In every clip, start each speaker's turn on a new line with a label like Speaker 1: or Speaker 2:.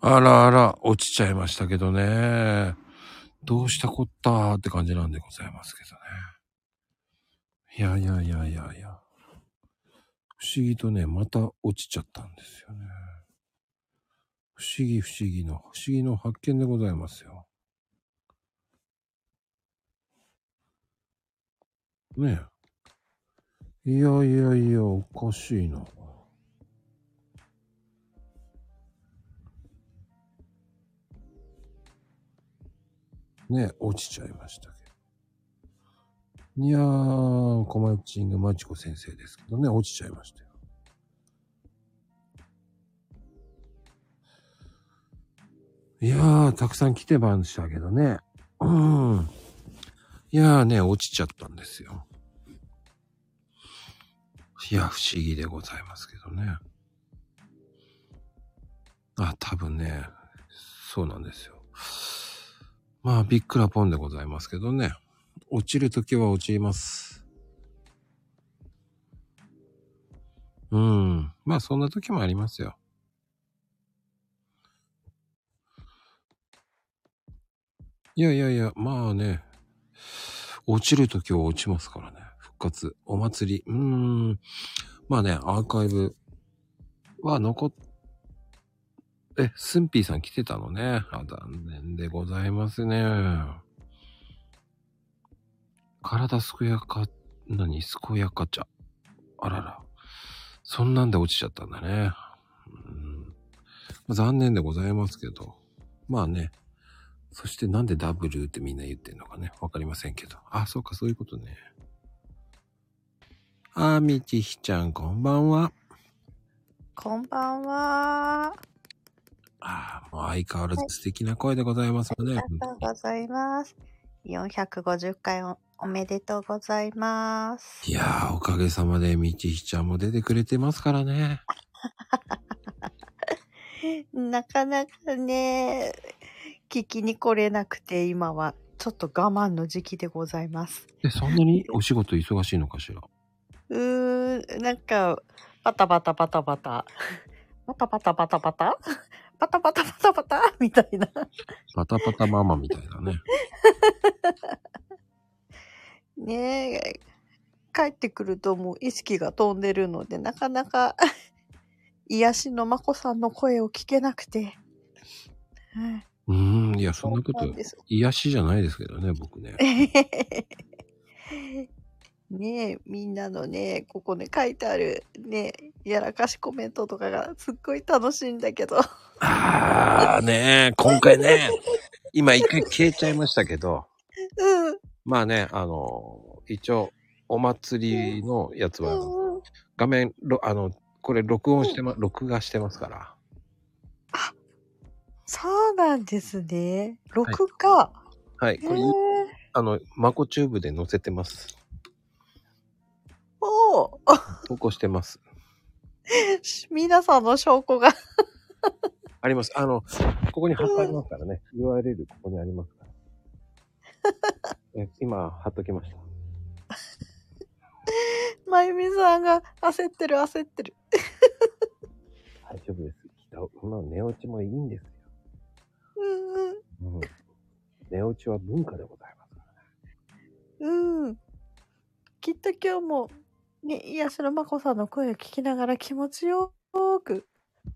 Speaker 1: あらあら、落ちちゃいましたけどね。どうしたこったーって感じなんでございますけどね。いやいやいやいやいや。不思議とね、また落ちちゃったんですよね。不思議不思議の、不思議の発見でございますよ。ねえ。いやいやいや、おかしいな。ね、落ちちゃいましたけど。いやー、コマッチングマチコ先生ですけどね、落ちちゃいましたよ。いやー、たくさん来てましたけどね。うん。いやーね、落ちちゃったんですよ。いや、不思議でございますけどね。あ、多分ね、そうなんですよ。まあ、びっくらポンでございますけどね。落ちるときは落ちます。うん。まあ、そんなときもありますよ。いやいやいや、まあね。落ちるときは落ちますからね。復活、お祭り。うーん。まあね、アーカイブは残っえ、スンピーさん来てたのね。あ、残念でございますね。体すくやか、何、すこやかちゃ。あらら。そんなんで落ちちゃったんだね。うんまあ残念でございますけど。まあね。そしてなんでダブルってみんな言ってんのかね。わかりませんけど。あ、そうか、そういうことね。あ、みちひちゃん、こんばんは。
Speaker 2: こんばんは。
Speaker 1: あもう相変わらず素敵な声でございますよね。
Speaker 2: ありがとうございます。450回おおめでとうございます。
Speaker 1: いやー、おかげさまで、みちひちゃんも出てくれてますからね。
Speaker 2: なかなかね、聞きに来れなくて今はちょっと我慢の時期でございます。
Speaker 1: え、そんなにお仕事忙しいのかしら。
Speaker 2: うーん、なんかバタバタバタバタ。バタバタバタバタバタバタバタバタみたいな。
Speaker 1: パタパタママみたいなね。
Speaker 2: ねえ、帰ってくるともう意識が飛んでるので、なかなか 癒しのまこさんの声を聞けなくて。 はい。
Speaker 1: うーん、いや、そんなこ
Speaker 2: そう
Speaker 1: と
Speaker 2: なんです
Speaker 1: 癒しじゃないですけどね、僕ね。
Speaker 2: ねえ、みんなのね、ここね、書いてあるね、やらかしコメントとかがすっごい楽しいんだけど。
Speaker 1: あーねー、今回ね、今一回消えちゃいましたけど、
Speaker 2: うん。
Speaker 1: まあね、あのー一応、お祭りのやつは、
Speaker 2: うんうん
Speaker 1: 画面、ろあの、これ録音してま、録画してますから。
Speaker 2: そうなんですね。録画。
Speaker 1: はい、
Speaker 2: へ
Speaker 1: これ、
Speaker 2: え。
Speaker 1: あの、マコチューブで載せてます。
Speaker 2: おお。あ
Speaker 1: 投稿してます。
Speaker 2: 皆さんの証拠が。
Speaker 1: あります。あの、ここに貼ってありますからね。URL ここにありますから。 え今、貼っときました。
Speaker 2: まゆみさんが焦ってる焦ってる。
Speaker 1: 大丈夫です。きっと、まあ、寝落ちもいいんですよ。
Speaker 2: うんうん。
Speaker 1: うん、寝落ちは文化でございますか
Speaker 2: うん。きっと今日も、ね、癒しのまこさんの声を聞きながら気持ちよく、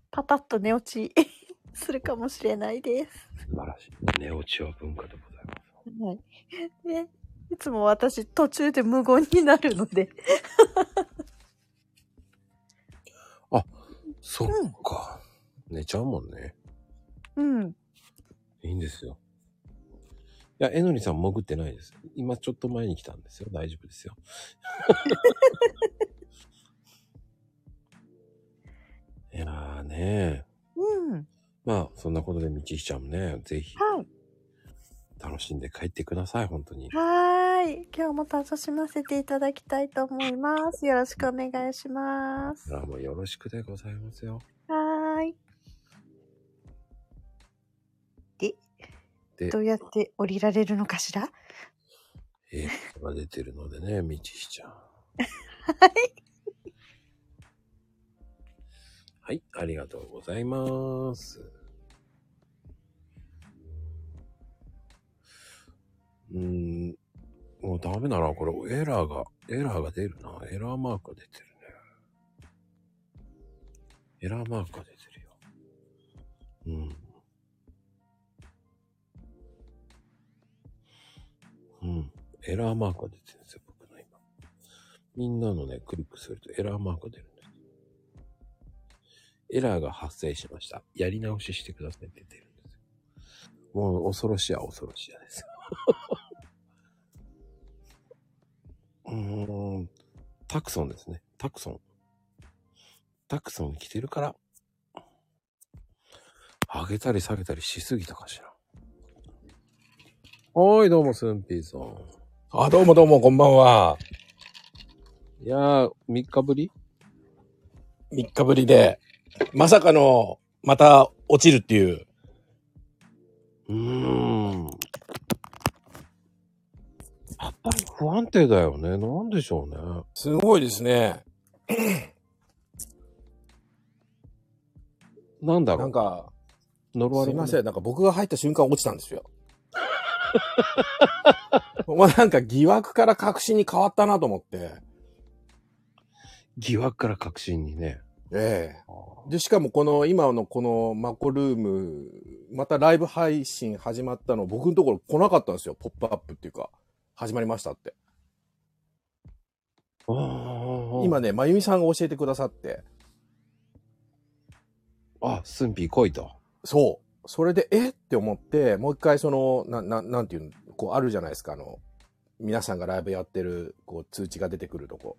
Speaker 2: パタッと寝落ち するかもしれないです。
Speaker 1: ら。素晴らしい。寝落ちは文化でございます。
Speaker 2: はい。ね。いつも私途中で無言になるので。
Speaker 1: そっか。寝ちゃうもんね。
Speaker 2: うん。
Speaker 1: いいんですよ。いや、えのりさん潜ってないです。今ちょっと前に来たんですよ。大丈夫 ですよ。いやーね
Speaker 2: うん。
Speaker 1: まあ、そんなことで、みちひちゃんもね、ぜひ
Speaker 2: は
Speaker 1: 楽しんで帰ってください、本当に
Speaker 2: い。。はーい。今日も楽しませていただきたいと思います。よろしくお願いします。
Speaker 1: あもうよろしくでございますよ。
Speaker 2: はーい。
Speaker 1: で
Speaker 2: ど、うやって降りられるのかしら
Speaker 1: えー、が出てるのでね、みちひちゃん。はい。はい、ありがとうございます。うーん、もうダメだな、これ。エラーが、エラーが出るな。エラーマークが出てるね。エラーマークが出てるよ。うん。うん。エラーマークが出てるんですよ、僕の今。みんなのね、クリックするとエラーマークが出るんです。エラーが発生しました。やり直ししてくださいって出てるんですよ。もう恐ろしや恐ろしやです。うーん。タクソンですね。タクソン。タクソン着てるから、上げたり下げたりしすぎたかしら。はーい、どうも、スンピーさん。
Speaker 3: あ、どうもどうも、こんばんは。
Speaker 1: いやー、3日ぶり
Speaker 3: 3日ぶりで、まさかの、また落ちるっていう。
Speaker 1: うーん。やっぱり不安定だよね。なんでしょうね。
Speaker 3: すごいですね。
Speaker 1: なんだ
Speaker 3: な
Speaker 1: ろ
Speaker 3: ん
Speaker 1: う。
Speaker 3: か、
Speaker 1: 呪わ
Speaker 3: す
Speaker 1: れ
Speaker 3: いま
Speaker 1: ん。
Speaker 3: せん。なんか僕が入った瞬間落ちたんですよ。 もうなんか疑惑から確信に変わったなと思って。
Speaker 1: 疑惑から確信にね。
Speaker 3: ええで、しかもこの今のこのマコルーム、またライブ配信始まったの僕のところ来なかったんですよ。ポップアップっていうか、始まりましたって。
Speaker 1: あー
Speaker 3: 今ね、まゆみさんが教えてくださって。
Speaker 1: あ、スンピー来いと。
Speaker 3: そう。それで、えって思って、もう一回その、な、ななんていうの、こうあるじゃないですか、あの、皆さんがライブやってる、こう通知が出てくるとこ。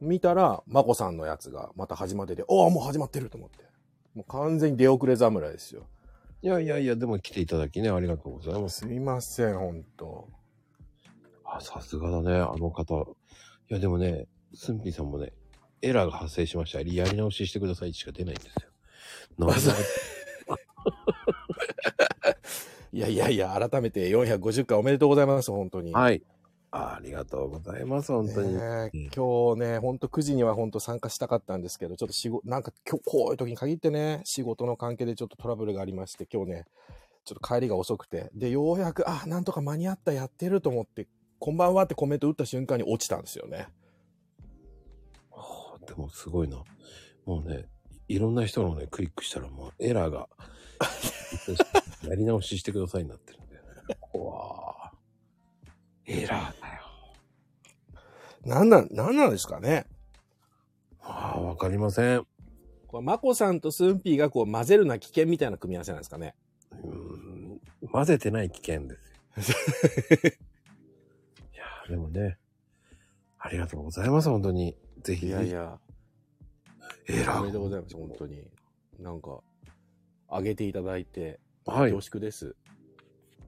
Speaker 3: 見たら、まこさんのやつがまた始まってて、おお、もう 始まってると思って。もう完全に出遅れ侍ですよ。
Speaker 1: いやいやいや、でも来ていただきね、ありがとうございます。
Speaker 3: すいません、ほんと。
Speaker 1: あ、さすがだね、あの方。いや、でもね、スンピーさんもね、エラーが発生しました。やり直ししてくださいしか出ないんですよ。な
Speaker 3: あそ
Speaker 1: ぜ
Speaker 3: ういやいやいや、改めて450回おめでとうございます、本当に。
Speaker 1: はい。ありがとうございます、本当に。
Speaker 3: ねえ
Speaker 1: うん
Speaker 3: 今日ね、ほんと9時には本当参加したかったんですけど、ちょっと仕事、なんか今日こういう時に限ってね、仕事の関係でちょっとトラブルがありまして、今日ね、ちょっと帰りが遅くて、で、ようやく、あ、なんとか間に合った、やってると思って、こんばんはってコメント打った瞬間に落ちたんですよね。
Speaker 1: はあでもすごいな。もうね、いろんな人のね、クリックしたらもうエラー が、やり直ししてくださいになってるんだよね。怖ーエラーだよ。
Speaker 3: なんなん、なんなんですかね。
Speaker 1: ああ、わかりません。う
Speaker 3: これ、マコさんとスンピーがこう混ぜるな危険みたいな組み合わせなんですかね。
Speaker 1: ーん、混ぜてない危険ですよ。いやーでもね、ありがとうございます、本当に。ぜ ひ、
Speaker 3: いやいや、
Speaker 1: エラ
Speaker 3: おめでとうご
Speaker 1: ー。
Speaker 3: ざいます、本当に。なんか、上げていただいて、
Speaker 1: はい
Speaker 3: 恐。縮です。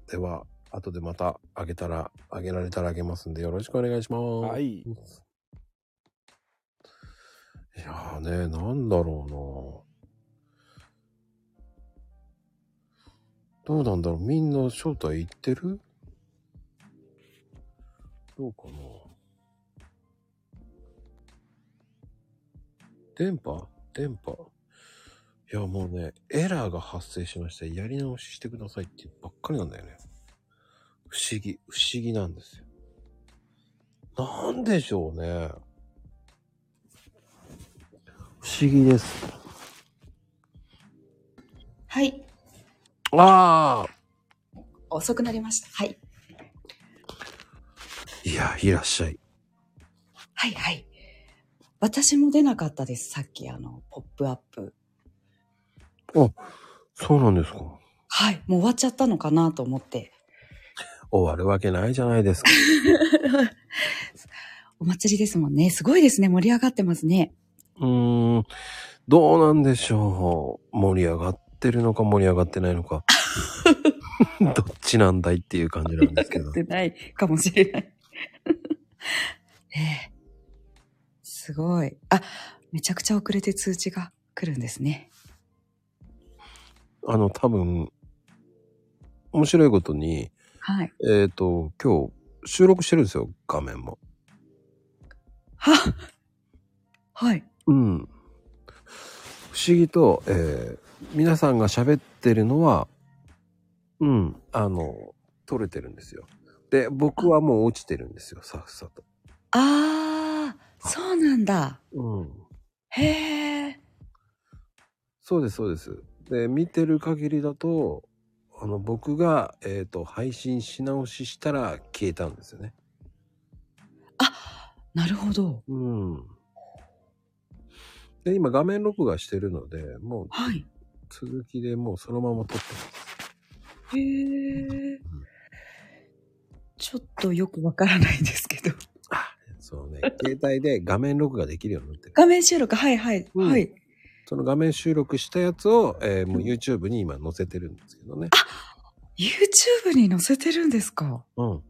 Speaker 1: では、後でまたあげたら、あげられたらあげますんで、よろしくお願いします。
Speaker 3: はい。
Speaker 1: いやーね、なんだろうな。どうなんだろうみんな正体言ってるどうかな電波電波いやもうね、エラーが発生しました。やり直ししてくださいってばっかりなんだよね。不思議、不思議なんですよ。なんでしょうね。不思議です。
Speaker 4: はい。
Speaker 1: ああ
Speaker 4: 遅くなりました。はい。
Speaker 1: いや、いらっしゃい。
Speaker 4: はいはい。私も出なかったです。さっきあの、ポップアップ。
Speaker 1: そうなんですか。
Speaker 4: はい。もう終わっちゃったのかなと思って。
Speaker 1: 終わるわけないじゃないですか。
Speaker 4: お祭りですもんね。すごいですね。盛り上がってますね。
Speaker 1: うーん、どうなんでしょう。盛り上がってるのか盛り上がってないの か。どっちなんだいっていう感じなんですけど。
Speaker 4: 盛り上がってないかもしれ ない。ええすごい。あ、めちゃくちゃ遅れて通知が来るんですね。
Speaker 1: あの、多分、面白いことに、
Speaker 4: はい。
Speaker 1: えっ、と、今日収録してるんですよ、画面も。
Speaker 4: ははい。
Speaker 1: うん。不思議と、えー皆さんが喋ってるのは、うん、あの、取れてるんですよ。で、僕はもう落ちてるんですよ、さっさと。
Speaker 4: ああ、そうなんだ。
Speaker 1: うん。
Speaker 4: へえ。
Speaker 1: そうです、そうです。で、見てる限りだと、あの、僕が、えっ、と、配信し直ししたら消えたんですよね。
Speaker 4: あ、なるほど。
Speaker 1: うん。で、今画面録画してるので、もう
Speaker 4: はい。
Speaker 1: 続きでもうそのまま撮って
Speaker 4: へえ。ちょっとよくわからないですけど。
Speaker 1: ます。そのね、携帯で画面録画できるようになってる。
Speaker 4: 画面収録、はいはい、
Speaker 1: うん
Speaker 4: はい。
Speaker 1: その画面収録したやつを、えーもう YouTube に今載せてるんですけどね。
Speaker 4: YouTube に載せてるんですか
Speaker 1: うん。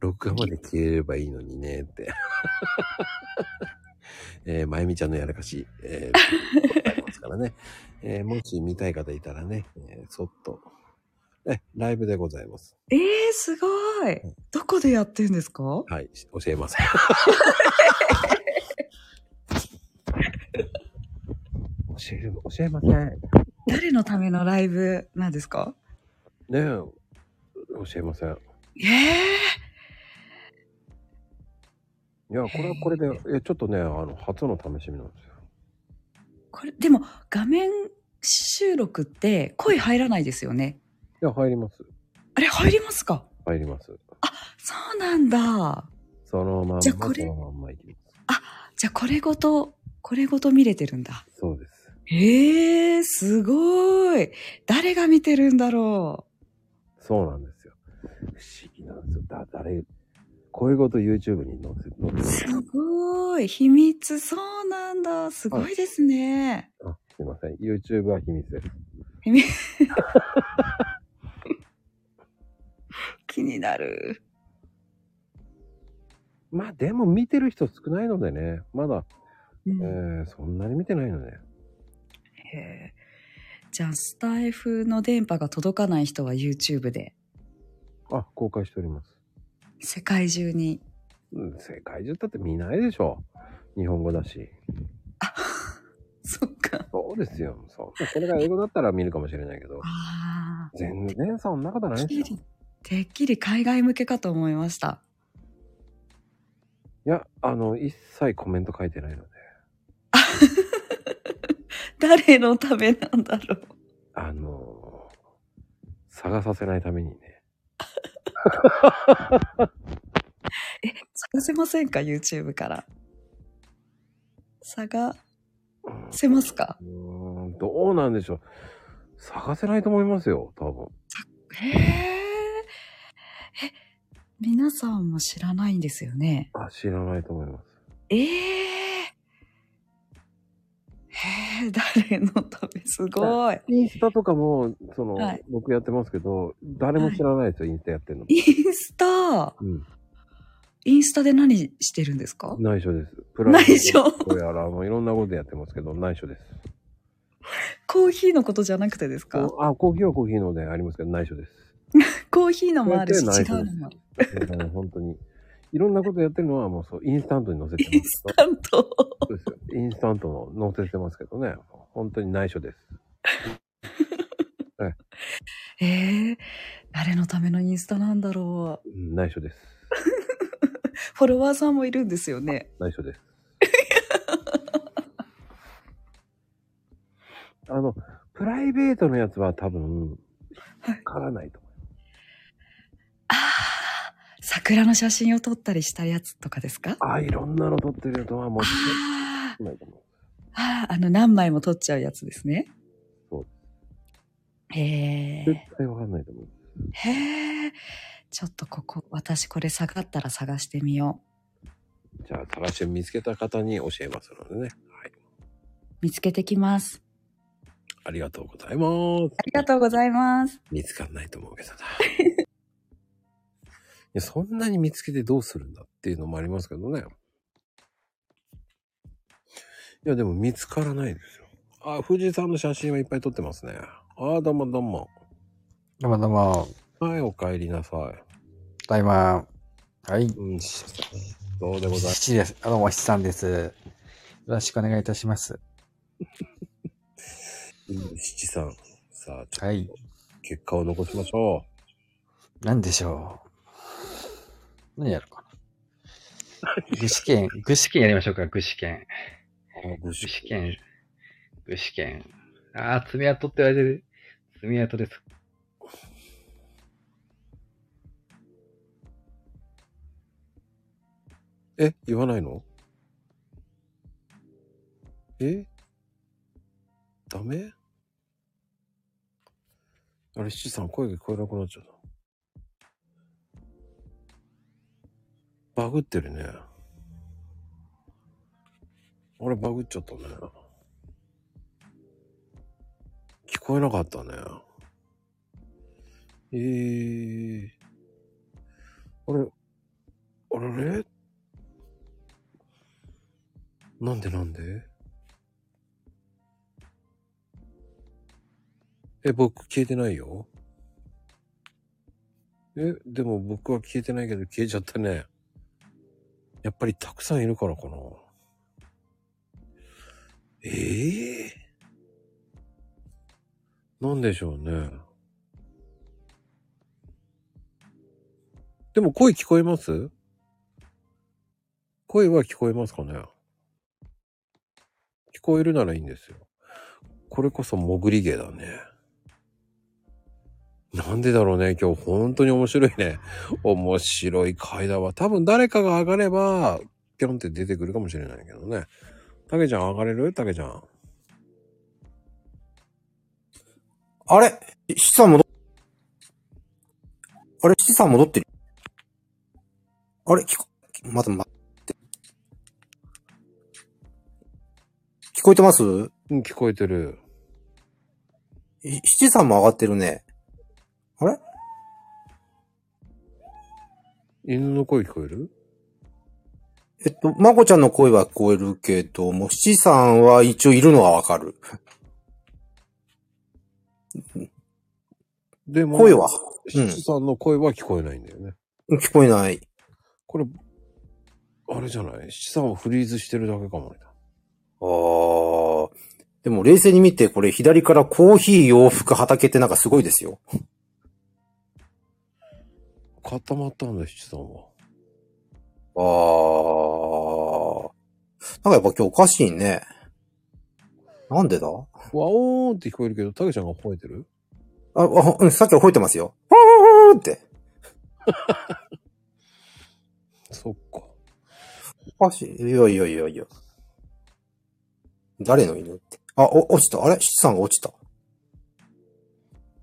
Speaker 1: 録画まで消えればいいのにねって。 えーまゆみちゃんのやらかし、えー、ありますからね。 えーもし見たい方いたらね、えーそっと、え、ライブでございます。
Speaker 4: ええすごい。どこでやってんですか
Speaker 1: はい、し教えません。教える、教えません。ね
Speaker 4: 誰のためのライブなんですか
Speaker 1: え、教えません。
Speaker 4: ええ
Speaker 1: いや、これはこれで、えちょっとね、あの、初の試しみなんですよ。
Speaker 4: これ、でも画面収録って声入らないですよね。
Speaker 1: いや、入ります。
Speaker 4: あれ入りますか
Speaker 1: 入ります。
Speaker 4: そうなんだ。
Speaker 1: そのまんま、
Speaker 4: じ
Speaker 1: そ
Speaker 4: ゃあこれ
Speaker 1: のまんまいきます。
Speaker 4: じゃあこれごと、これごと見れてるんだ。
Speaker 1: そうです。
Speaker 4: ええすごい。誰が見てるんだろ
Speaker 1: そうなんですよ。不思議なんですよ。だ、誰、こういうこと YouTube に載せ、載
Speaker 4: う。
Speaker 1: せ
Speaker 4: すごい。秘密、そうなんだ。すごいですね。
Speaker 1: あ、すいません。YouTube は秘密です。
Speaker 4: 秘密。気になる。
Speaker 1: まあ、でも見てる人少ないのでね、まだ、
Speaker 4: うん
Speaker 1: えー、そんなに見てないので。
Speaker 4: へえじゃあ、スタイフの電波が届かない人は YouTube で、
Speaker 1: あ、公開しております。
Speaker 4: 世界中に。
Speaker 1: うん、世界中だって見ないでしょ。日本語だし。
Speaker 4: あ、そっか。
Speaker 1: そうですよ。そう。これが英語だったら見るかもしれないけど。
Speaker 4: ああ。
Speaker 1: 全然そんなことないです
Speaker 4: てっ
Speaker 1: よ
Speaker 4: き。りてっきり海外向けかと思いました。
Speaker 1: いや、あの、一切コメント書いてないので。
Speaker 4: 誰のためなんだろう。
Speaker 1: あの探させないためにね。
Speaker 4: え、探せませんか ?YouTube から。探
Speaker 1: うん
Speaker 4: せますか
Speaker 1: うーんどうなんでしょう。探せないと思いますよ、多分。
Speaker 4: へえ。え、皆さんも知らないんですよね。
Speaker 1: あ、知らないと思います。
Speaker 4: ええへえ、誰のためすごい。
Speaker 1: インスタとかも、その、
Speaker 4: はい
Speaker 1: 僕やってますけど、誰も知らないですよ、インスタやってるの。
Speaker 4: インスタ、
Speaker 1: うん。
Speaker 4: インスタで何してるんですか
Speaker 1: 内緒です。プ
Speaker 4: 内緒
Speaker 1: どうやら、あの、いろんなことやってますけど、内緒です。
Speaker 4: コーヒーのことじゃなくてですか
Speaker 1: あ、コーヒーはコーヒーのでありますけど、内緒です。
Speaker 4: コーヒーのもあるし、
Speaker 1: こ
Speaker 4: 違
Speaker 1: れって内緒
Speaker 4: う
Speaker 1: で
Speaker 4: の
Speaker 1: す
Speaker 4: もある。
Speaker 1: だから本当に。いろんなことやってるのはもうそう、インスタントに載せて
Speaker 4: イン
Speaker 1: ます
Speaker 4: ス。タント。
Speaker 1: そうですよ。インスタントの載せてますけどね。本当に内緒です。
Speaker 4: ええ誰のためのインスタなんだろう。
Speaker 1: うん内緒です。
Speaker 4: フォロワーさんもいるんですよね。
Speaker 1: 内 緒です。あの、プライベートのやつは多分、
Speaker 4: はい
Speaker 1: わからないと思
Speaker 4: ああ、桜の写真を撮ったりしたやつとかですか
Speaker 1: う。あ、いろんなの撮ってるとはもう、
Speaker 4: あー
Speaker 1: ないと思う。
Speaker 4: あー、あの何枚も撮っちゃうやつですね。
Speaker 1: そう
Speaker 4: へえ
Speaker 1: 絶対わかんないと思う。
Speaker 4: へえ。ちょっとここ、私これ下がったら探してみよ
Speaker 1: じゃあ、探して見つけた方に教えますのでね。はい。
Speaker 4: う。見つけてきます。
Speaker 1: ありがとうございます。
Speaker 4: ありがとうござい ます。
Speaker 1: 見つかんないと思うけどな。いや、そんなに見つけてどうするんだっていうのもありますけどね。いや、でも見つからないですよ。あ、富士山の写真はいっぱい撮ってますね。あ、どうもどうも。
Speaker 5: どうもどうも、
Speaker 1: はい、お帰りなさ
Speaker 5: 大魔。はい
Speaker 1: い。。うん、どうでございます。
Speaker 5: 七です。あどうも、七さんです。よろしくお願いいたします。
Speaker 1: うん七さん。さあ、ちょっ
Speaker 5: はい。
Speaker 1: と結果を残しましょ
Speaker 5: 何でしょう。何やろうかな。具志 堅、具志堅やりましょうか、具志堅。
Speaker 1: ご
Speaker 5: 具志堅、具志堅。ああ、爪痕って言われてる。爪痕です。
Speaker 1: え、言わないのえダメあれ、七さん声が聞こえなくなっちゃった。バグってるね。あれ、バグっちゃったね。聞こえなかったね。えー。あれ、あれれなんでなんでえ、僕消えてないよ。え、でも僕は消えてないけど消えちゃったね。やっぱりたくさんいるからかな。ええなんでしょうね。でも声聞こえます声は聞こえますかね聞こえるならいいんですよ。これこそ潜り芸だね。なんでだろうね。今日本当に面白いね。面白い回だわ。多分誰かが上がれば、ぴょんって出てくるかもしれないけどね。たけちゃん上がれるたけちゃん。
Speaker 6: あれ七さん戻っ、あれ七さん戻ってるあれ聞こ、まだ待って。聞こえてます
Speaker 1: うん、聞こえてる。
Speaker 6: い七さんも上がってるね。あれ
Speaker 1: 犬の声聞こえる
Speaker 6: えっと、まこちゃんの声は聞こえるけども、七さんは一応いるのはわかる。
Speaker 1: でも、
Speaker 6: 声はうん
Speaker 1: 七さんの声は聞こえないんだよね。
Speaker 6: 聞こえない。
Speaker 1: これ、あれじゃない七さんをフリーズしてるだけかもね。
Speaker 6: あー。でも冷静に見て、これ左からコーヒー洋服畑ってなんかすごいですよ。
Speaker 1: 固まったんだ、七さんは。
Speaker 6: あー。なんかやっぱ今日おかしいね。なんでだあ
Speaker 1: わおーんって聞こえるけど、たけちゃんが吠えてる
Speaker 6: あ、ほうん、さっき吠えてますよ。あーって。
Speaker 1: そっか。
Speaker 6: おかしい。いやいやいやいや。誰の犬って。あ、お、落ちた。あれ七さんが落ちた。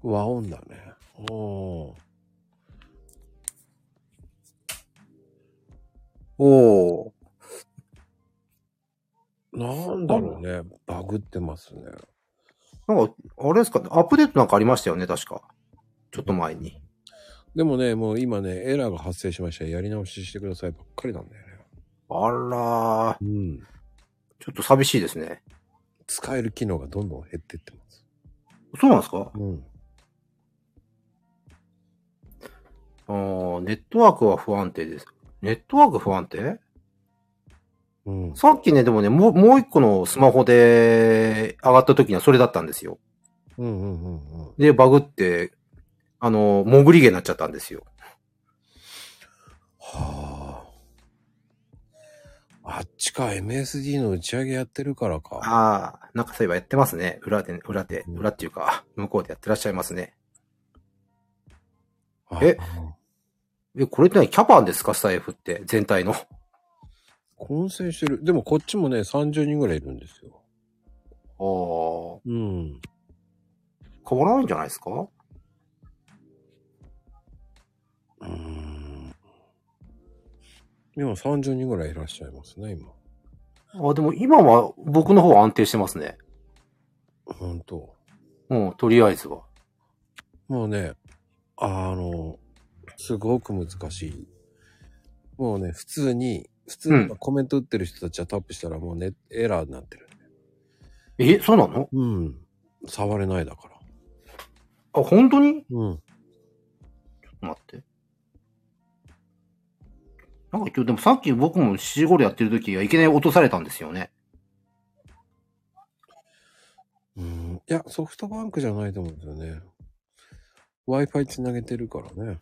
Speaker 1: 和音だね。おー。
Speaker 6: おー。
Speaker 1: なんだろうね。バグってますね。
Speaker 6: なんか、あれですかアップデートなんかありましたよね、確か。ちょっと前に。
Speaker 1: でもね、もう今ね、エラーが発生しました。やり直ししてくださいばっかりなんだよね。
Speaker 6: あらー。
Speaker 1: うん。
Speaker 6: ちょっと寂しいですね。
Speaker 1: 使える機能がどんどん減ってってます。
Speaker 6: そうなんですか
Speaker 1: うん。
Speaker 6: あーネットワークは不安定です。ネットワーク不安定
Speaker 1: うん。
Speaker 6: さっきね、でもね、もう、もう一個のスマホで上がった時にはそれだったんですよ。
Speaker 1: うんうんうんうん。
Speaker 6: で、バグって、あの、潜り毛になっちゃったんですよ。
Speaker 1: はあ。あっちか、MSD の打ち上げやってるからか。
Speaker 6: ああ、なんかそういえばやってますね。裏で、裏で、裏っていうか、向こうでやってらっしゃいますね。
Speaker 1: あ
Speaker 6: ええ、これって何キャパンですかスタイフって、全体の。
Speaker 1: 混戦してる。でもこっちもね、30人ぐらいいるんですよ。
Speaker 6: あ
Speaker 1: うん。
Speaker 6: あ、変わらないんじゃないですか
Speaker 1: うーん。今30人ぐらいいらっしゃいますね、今。
Speaker 6: ああ、でも今は僕の方は安定してますね。
Speaker 1: ほんと。
Speaker 6: うん、とりあえずは。
Speaker 1: もうね、あの、すごく難しい。もうね、普通に、普通
Speaker 6: うん
Speaker 1: にコメント打ってる人たちはタップしたらもうね、エラーになってる。
Speaker 6: え、そうなの
Speaker 1: うん。触れないだから。
Speaker 6: あ、本当に
Speaker 1: うん。
Speaker 6: 待って。なんか今日でもさっき僕も7時頃やってる時はいきなり落とされたんですよね。
Speaker 1: うん。いや、ソフトバンクじゃないと思うんですよね。Wi-Fi つなげてるからね。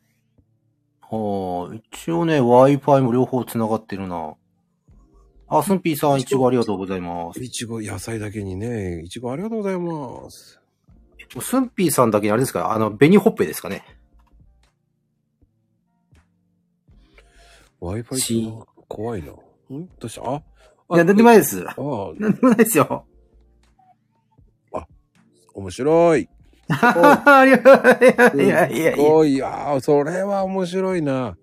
Speaker 6: はあ、一応ね、Wi-Fi も両方繋がってるな。あ、スンピーさん、いちごありがとうございます。
Speaker 1: いちご、野菜だけにね、いちごありがとうございます。
Speaker 6: スンピーさんだけにあれですかあの、紅ほっぺですかね
Speaker 1: Wi-Fi ってな怖いな。んどうしたあ
Speaker 6: いや、なんでもないです。
Speaker 1: ああ、
Speaker 6: なんでもないですよ。
Speaker 1: 面 白い。
Speaker 6: ありがとう。いやいやいやいや。
Speaker 1: すごい。いやーそれは面白いな。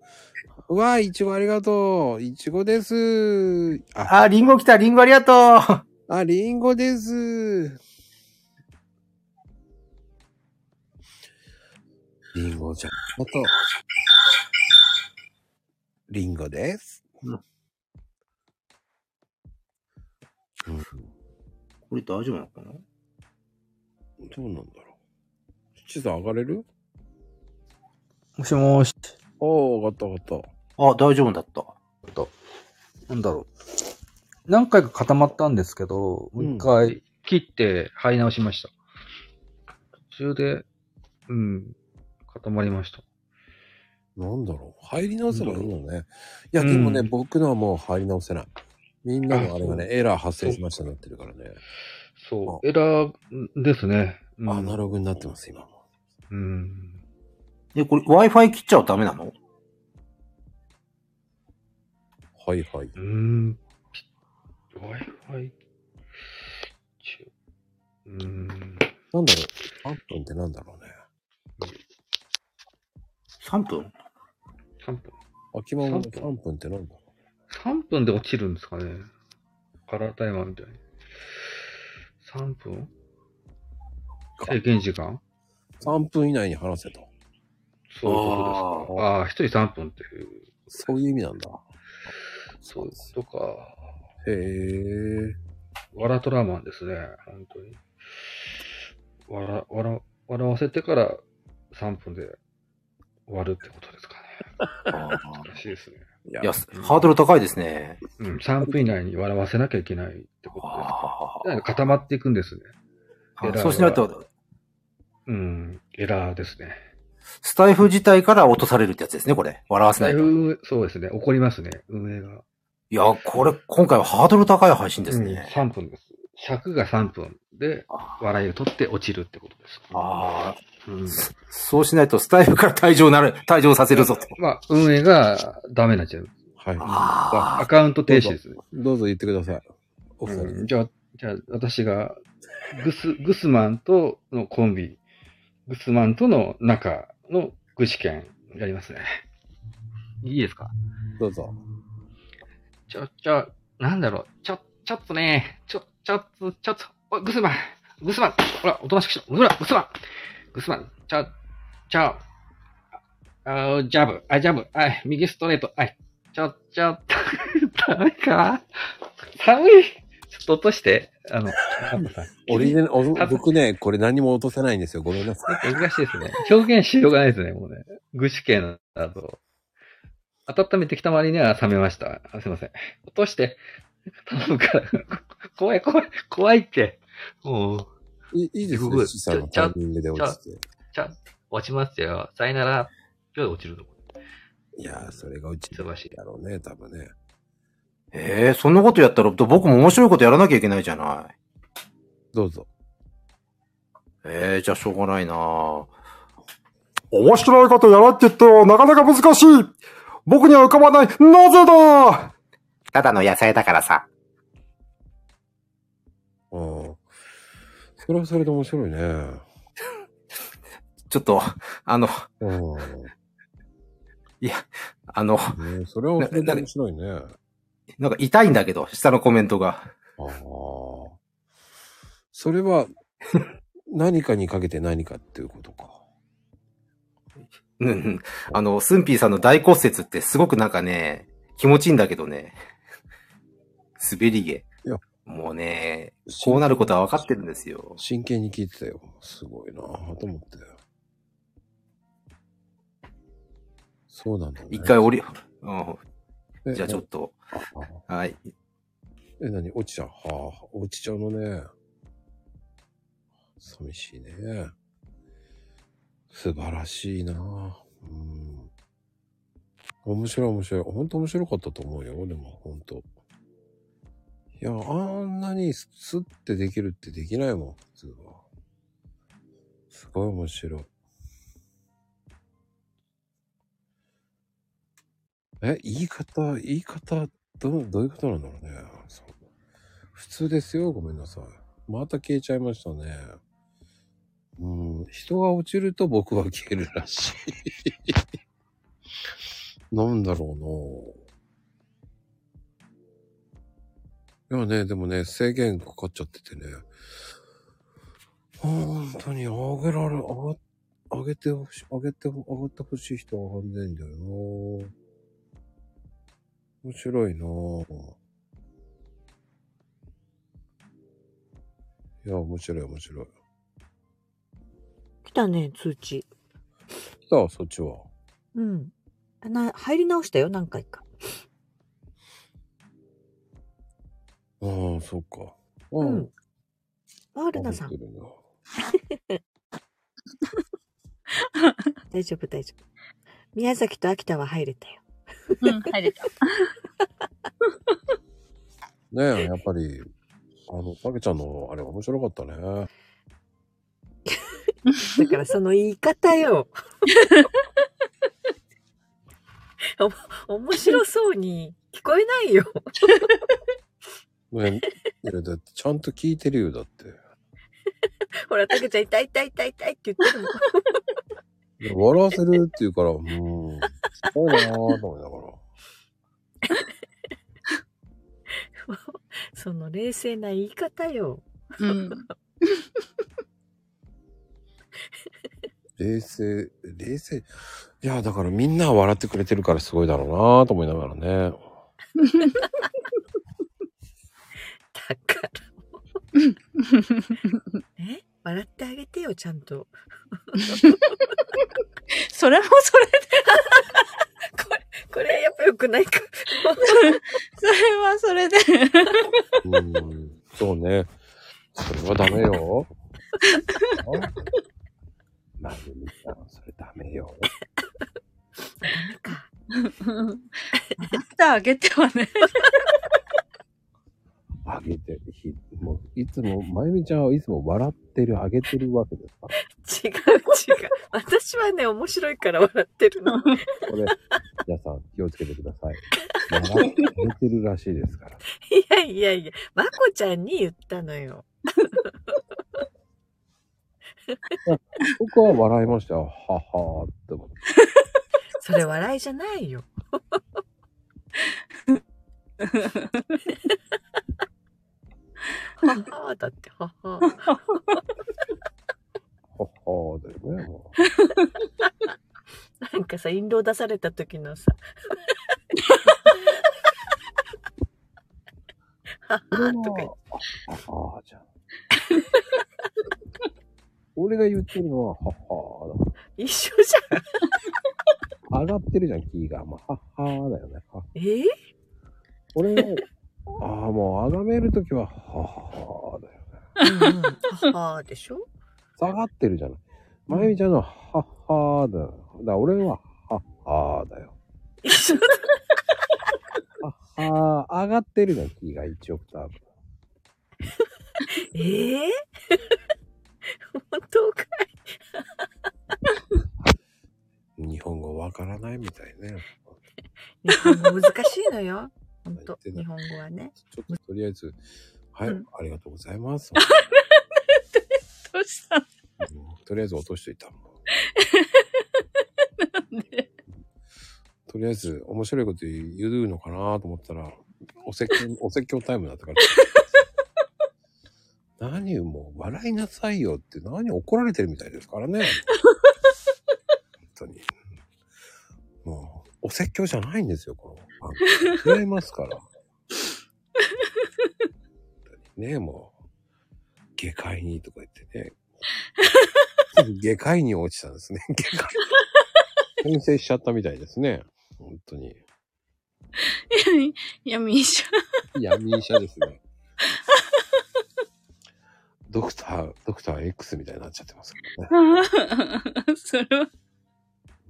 Speaker 1: うわー、いちごありがとう。いちごです。あ、
Speaker 6: あ、リンゴ来た、リンゴありがとう。
Speaker 1: あ、りんごです。りんごちゃん。あと、りんごです。うん、
Speaker 6: これ大丈夫なのかな
Speaker 1: どうなんだろう。七さん上がれる
Speaker 5: もしもーし。
Speaker 1: ああ、上がった上がった。
Speaker 6: あ、大丈夫だった。
Speaker 5: なんだろう。何回か固まったんですけど、もう一回切って貼り直しました。途中で、うん、固まりました。
Speaker 1: なんだろう。入り直せばいいのね。いや、でもね、
Speaker 5: うん
Speaker 1: 僕のはもう入り直せない。みんなのあれが
Speaker 5: あ
Speaker 1: ね、エラー発生しましたになってるからね。
Speaker 5: そう、エラーですね。うん
Speaker 1: アナログになってます、今も。
Speaker 5: うん。
Speaker 6: え、これ Wi-Fi 切っちゃうとダメなの
Speaker 1: はいはい。
Speaker 5: うーん。Wi-Fi。ちゅうーん。
Speaker 1: なんだろう。3分ってなんだろうね。
Speaker 6: ?3 分
Speaker 5: 3分。
Speaker 1: 秋間
Speaker 5: 三
Speaker 1: も
Speaker 5: 分
Speaker 1: 3分ってなんだろ
Speaker 5: 3分で落ちるんですかね。カラータイマーみたいに。3分
Speaker 1: か
Speaker 5: 制限時間
Speaker 1: う。3分以内に話せと。
Speaker 5: そういうことですか。ああー、1人3分っていう。
Speaker 1: そういう意味なんだ。
Speaker 5: そういうことか。
Speaker 1: へえ。
Speaker 5: わらとらマンですね。本当に。わら、わら、笑わせてから3分で終わるってことですかね。
Speaker 6: あ
Speaker 5: らしいですね。
Speaker 1: いや
Speaker 6: ーいや、ハードル高いですね。
Speaker 5: うん、3分以内に笑わせなきゃいけないってことですか。
Speaker 6: あ
Speaker 5: なんか固まっていくんですね。エラー
Speaker 6: ー
Speaker 5: が
Speaker 6: そうしないと、
Speaker 5: うん、エラーですね。
Speaker 6: スタイフ自体から落とされるってやつですね、これ。笑わせな
Speaker 5: だ
Speaker 6: い
Speaker 5: い
Speaker 6: と。
Speaker 5: ぶ、そうですね、怒りますね、運営が。
Speaker 6: いや、これ、今回はハードル高い配信ですね。
Speaker 5: うん、3分です。尺が3分で、
Speaker 6: あー
Speaker 5: 笑いを取って落ちるってことです。
Speaker 6: あー、
Speaker 5: うん。
Speaker 6: そうしないとスタイフから退場なる、退場させるぞと。
Speaker 5: まあ、運営がダメになっちゃう。
Speaker 1: はい。
Speaker 6: あ
Speaker 5: アカウント停止ですね。
Speaker 1: どうぞ言ってください。お二人。
Speaker 5: うん、じゃあ、じゃあ、私が、グス、グスマンとのコンビ、グスマンとの仲の具志堅やりますね。いいですか
Speaker 1: どうぞ。
Speaker 5: ちょ、ちょ、なんだろう、ちょ、ちょっとね、ちょ、ちょっと、ちょっと、おい、グスマン、グスマン、ほら、おとなしくしろ、ほら、グスマン、グスマン、ちょ、ちょ、あ、あジャブ、あ、ジャブ、あ、右ストレート、あ、ちょ、ちょっと、 ダメか寒い。ちょっと落として、あ の、なんかさ
Speaker 1: オリジナル、お
Speaker 5: あ
Speaker 1: 僕ね、これ何も落とせないんですよ。ごめんなさい。
Speaker 5: 難しいですね。表現しようがないですね、もうね。具志堅だと。温めてきたまりには冷めました。あすいません。落として、頼むから。怖い、怖い、怖いって。もう、
Speaker 1: いいいです
Speaker 5: 僕
Speaker 1: ね。シさんのタイミングで落ちて。
Speaker 5: ちゃ、落ちますよ。さよなら。今日落ちるの。
Speaker 1: いやー、それがうち
Speaker 5: 忙しい。
Speaker 1: だろうね、多分ね。
Speaker 6: ええー、そんなことやったら僕も面白いことやらなきゃいけないじゃない。
Speaker 1: どうぞ。
Speaker 6: ええー、じゃあしょうがないな面白いことやらって言ってもなかなか難しい僕には浮かばないなぜだただの野菜だからさ。
Speaker 1: うん。それはそれで面白いね。
Speaker 6: ちょっと、あの、
Speaker 1: う
Speaker 6: あの、
Speaker 1: ん。ね、それはそれで面白いね。あ
Speaker 6: なんか痛いんだけど、下のコメントが。
Speaker 1: あ。それは、何かにかけて何かっていうことか。
Speaker 6: うんうん。あの、スンピーさんの大骨折ってすごくなんかね、気持ちいいんだけどね。滑り毛
Speaker 1: いや。
Speaker 6: もうね、こうなることは分かってるんですよ。
Speaker 1: 真剣に聞いてたよ。すごいなぁと思って。そうなんだ、ね。
Speaker 6: 一回降り、う
Speaker 1: え、
Speaker 6: ん。じゃあちょっ
Speaker 1: と。
Speaker 6: と、
Speaker 1: ああ
Speaker 6: はい。
Speaker 1: え、何落ちちゃう。はあ、落ちちゃうのね。寂しいね。素晴らしいなうん。面白い面白い。本当面白かったと思うよ。でも、本当。いや、あんなにスッってできるってできないもん、普通は。すごい面白い。え、言い方、言い方、どう、どういうことなんだろうね。そう普通ですよ。ごめんなさい。また消えちゃいましたね。うん、人が落ちると僕は消えるらしい。 なんだろうなぁいやね、でもね、制限かかっちゃっててね。本当に上げられ、上げ、上げてほしい、上げて、上がってほしい人は上がんないんだよなぁ面白いなぁいや、面白い面白い。
Speaker 2: 来たね、通知。
Speaker 1: 来た、そっちは。
Speaker 2: うん。な、入り直したよ、何回か。
Speaker 1: ああ、そっか。ああ
Speaker 2: うん。あ、ルナさん。
Speaker 1: 入ってるな
Speaker 2: 大丈夫、大丈夫。宮崎と秋田は入れたよ。
Speaker 7: うん、入れた。
Speaker 1: ねえ、やっぱり、あの、たけちゃんのあれ面白かったね。
Speaker 2: だからその言い方よ。 お面白そうに聞こえないよ。
Speaker 1: ねえ、いやだってちゃんと聞いてるよ、だって。
Speaker 2: ほら、たけちゃん痛い痛い痛い痛いって言ってるもん。
Speaker 1: で笑わせるって言うから、うん、すごいなぁと思いながら。
Speaker 2: その冷静な言い方よ。
Speaker 7: うん。
Speaker 1: 冷静、冷静。いや、だからみんなは笑ってくれてるからすごいだろうなぁと思いながらね。
Speaker 2: だから。 え笑ってあげてよ、ちゃんと。
Speaker 7: それもそれ、
Speaker 2: これやっぱ良くないか。
Speaker 7: それはそれで。
Speaker 1: うん、そうね。それはダメよ。 まゆみさん、それダメよ。
Speaker 7: うんあったあげてはね。
Speaker 1: あげてる日、もう、いつも、まゆみちゃんはいつも笑ってる、あげてるわけですか
Speaker 2: 違う違う。私はね、面白いから笑ってるの。
Speaker 1: ら。これ、皆さん気をつけてください。笑ってあげてるらしいですか ら。
Speaker 2: いやいやいや、まこちゃんに言ったのよ。
Speaker 1: 僕は笑いましたよ。ははーって思って。
Speaker 2: それ笑いじゃないよ。ははだって、はは。
Speaker 1: ははーだよね、も
Speaker 2: なんかさ、印籠出された時のさ。は
Speaker 1: う。
Speaker 2: はとか言って
Speaker 1: ははーじゃん。俺が言ってるのは、ははーだか
Speaker 2: 一緒じゃん。
Speaker 1: ら。上がってるじゃん、キーが。まあ、ははーだよね。は
Speaker 2: えー
Speaker 1: 俺が、ああ、もう、あがめるときは、ははーだよ。
Speaker 2: うんうんははでしょ
Speaker 1: 下がってるじゃない。まゆみちゃんのはっはーだよ。だから俺ははっはーだよ。
Speaker 2: 一緒だ
Speaker 1: はー、上がってるじゃん、キーが1オクターブ。
Speaker 2: えー、本当か
Speaker 1: 日本語わからないみたいね。
Speaker 2: い日本語難しいのよ。本当
Speaker 1: 言ってな
Speaker 2: 日
Speaker 1: い
Speaker 2: 本語はね。
Speaker 1: ちょっととりあえず、はい、
Speaker 2: うん
Speaker 1: ありがとうございます。
Speaker 7: どうした
Speaker 1: うんとりあえず落としといたもん。
Speaker 7: んで
Speaker 1: とりあえず、面白いこと言うのかなと思ったら、お 説教、お説教タイムだったから。何もう、笑いなさいよって、何怒られてるみたいですからね。本当に。もう、お説教じゃないんですよ、この番組。違いますから。本当にね、もう、下界にとか言ってね。下界に落ちたんですね。 下界。転生しちゃったみたいですね。本当に。
Speaker 7: 闇、闇医者。
Speaker 1: 闇医者ですね。ドクター、ドクター X みたいになっちゃってますけどね。
Speaker 7: それは、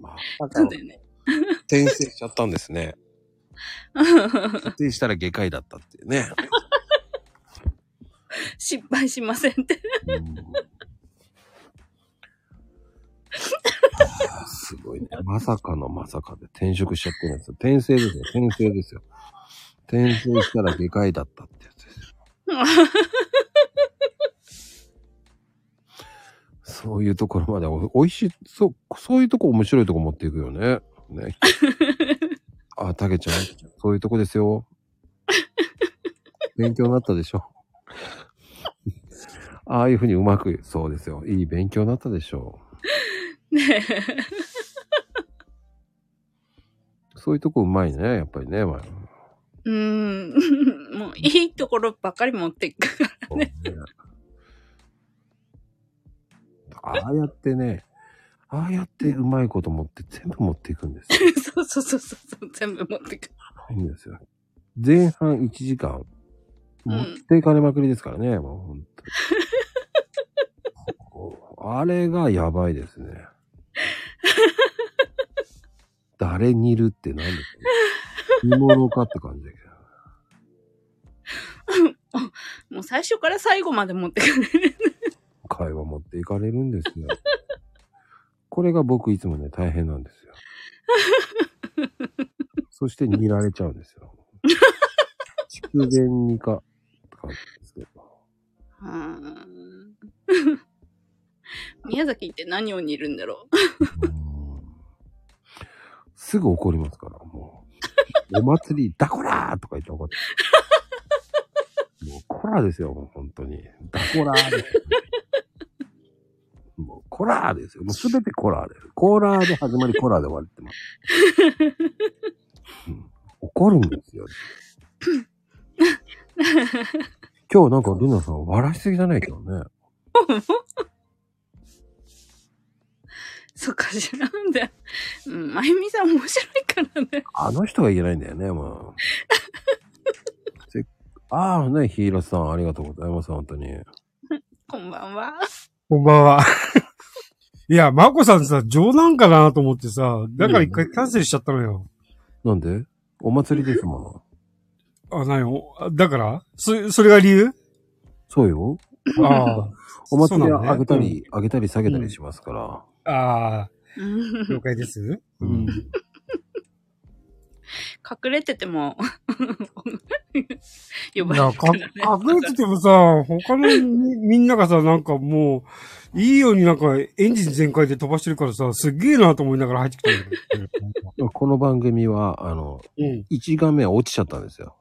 Speaker 1: まあ、
Speaker 7: そうだよね。
Speaker 1: 転生しちゃったんですね。転生したら外科医だったっていうね。
Speaker 8: 失敗しませんって。
Speaker 1: すごいね。まさかのまさかで転職しちゃってるんですよ。転生ですよ。転生ですよ。転生したら外科医だったってやつですよ。そういうところまでおおいしい、そう、そういうとこ面白いとこ持っていくよね。ね。あ、たけちゃん、そういうとこですよ。勉強になったでしょ。 ああいうふうにうまく、そうですよ。いい勉強になったでしょ
Speaker 8: ね
Speaker 1: う。そういうとこうまいね、やっぱりね。まあ
Speaker 8: え。うん。もういいところばっかり持っていくから。
Speaker 1: そうね。ああやってね、ああやってうまいこと持って全部持っていくんですよ。
Speaker 8: そうそうそうそう。全部持っていく。
Speaker 1: いいんですよ。前半1時間、持っていかれまくりですからね、もう本当に。あれがやばいですね。誰にいるって何ですか煮物かって感じだけど。
Speaker 8: もう最初から最後まで持ってくる。
Speaker 1: 会話持っていかれるんですよ。これが僕いつもね、大変なんですよ。そして煮られちゃうんですよ。筑前煮か、って感じですけど。
Speaker 8: うーん宮崎って何を煮るんだろ
Speaker 1: すぐ怒りますから、もう。お祭り、だこらーとか言って怒って。もう、こらーですよ、もう本当に。だこらーです。もう、こらーですよ。もうすべてこらーです。コーラーで始まり、コラーで終わりってます。うん怒るんですよ。今日なんか、ルナさん笑いすぎじゃないけどね。
Speaker 8: うそっかしらんだ。うん、まゆみさん面白いからね。
Speaker 1: あの人がいけないんだよね、もう。せっああ、ね、ヒーラさん、ありがとうございます、本当に。
Speaker 8: こんばんは。
Speaker 9: こんばんは。 いや、マコさんさ、冗談かなと思ってさ、だから一回キャンセルしちゃったのよ。
Speaker 1: なんでお祭りですもの。
Speaker 9: あ、なよ。あだからそ、それが理由
Speaker 1: そうよ。
Speaker 9: ああ。
Speaker 1: お祭り
Speaker 9: そうなの
Speaker 1: は
Speaker 9: ね
Speaker 1: 上げたり、上げたり下げたりしますから。
Speaker 9: ああ、了解です。
Speaker 1: うん。
Speaker 8: 隠れてても、呼
Speaker 9: い
Speaker 8: ば
Speaker 9: や、
Speaker 8: れるか
Speaker 9: から
Speaker 8: ね。
Speaker 9: 隠れててもさ、他のみみんながさ、なんかもう、いいようになんかエンジン全開で飛ばしてるからさ、すっげえなと思いながら入ってきたんだよ。
Speaker 1: この番組は、あの、
Speaker 9: うん。
Speaker 1: 1画面落ちちゃったんですよ。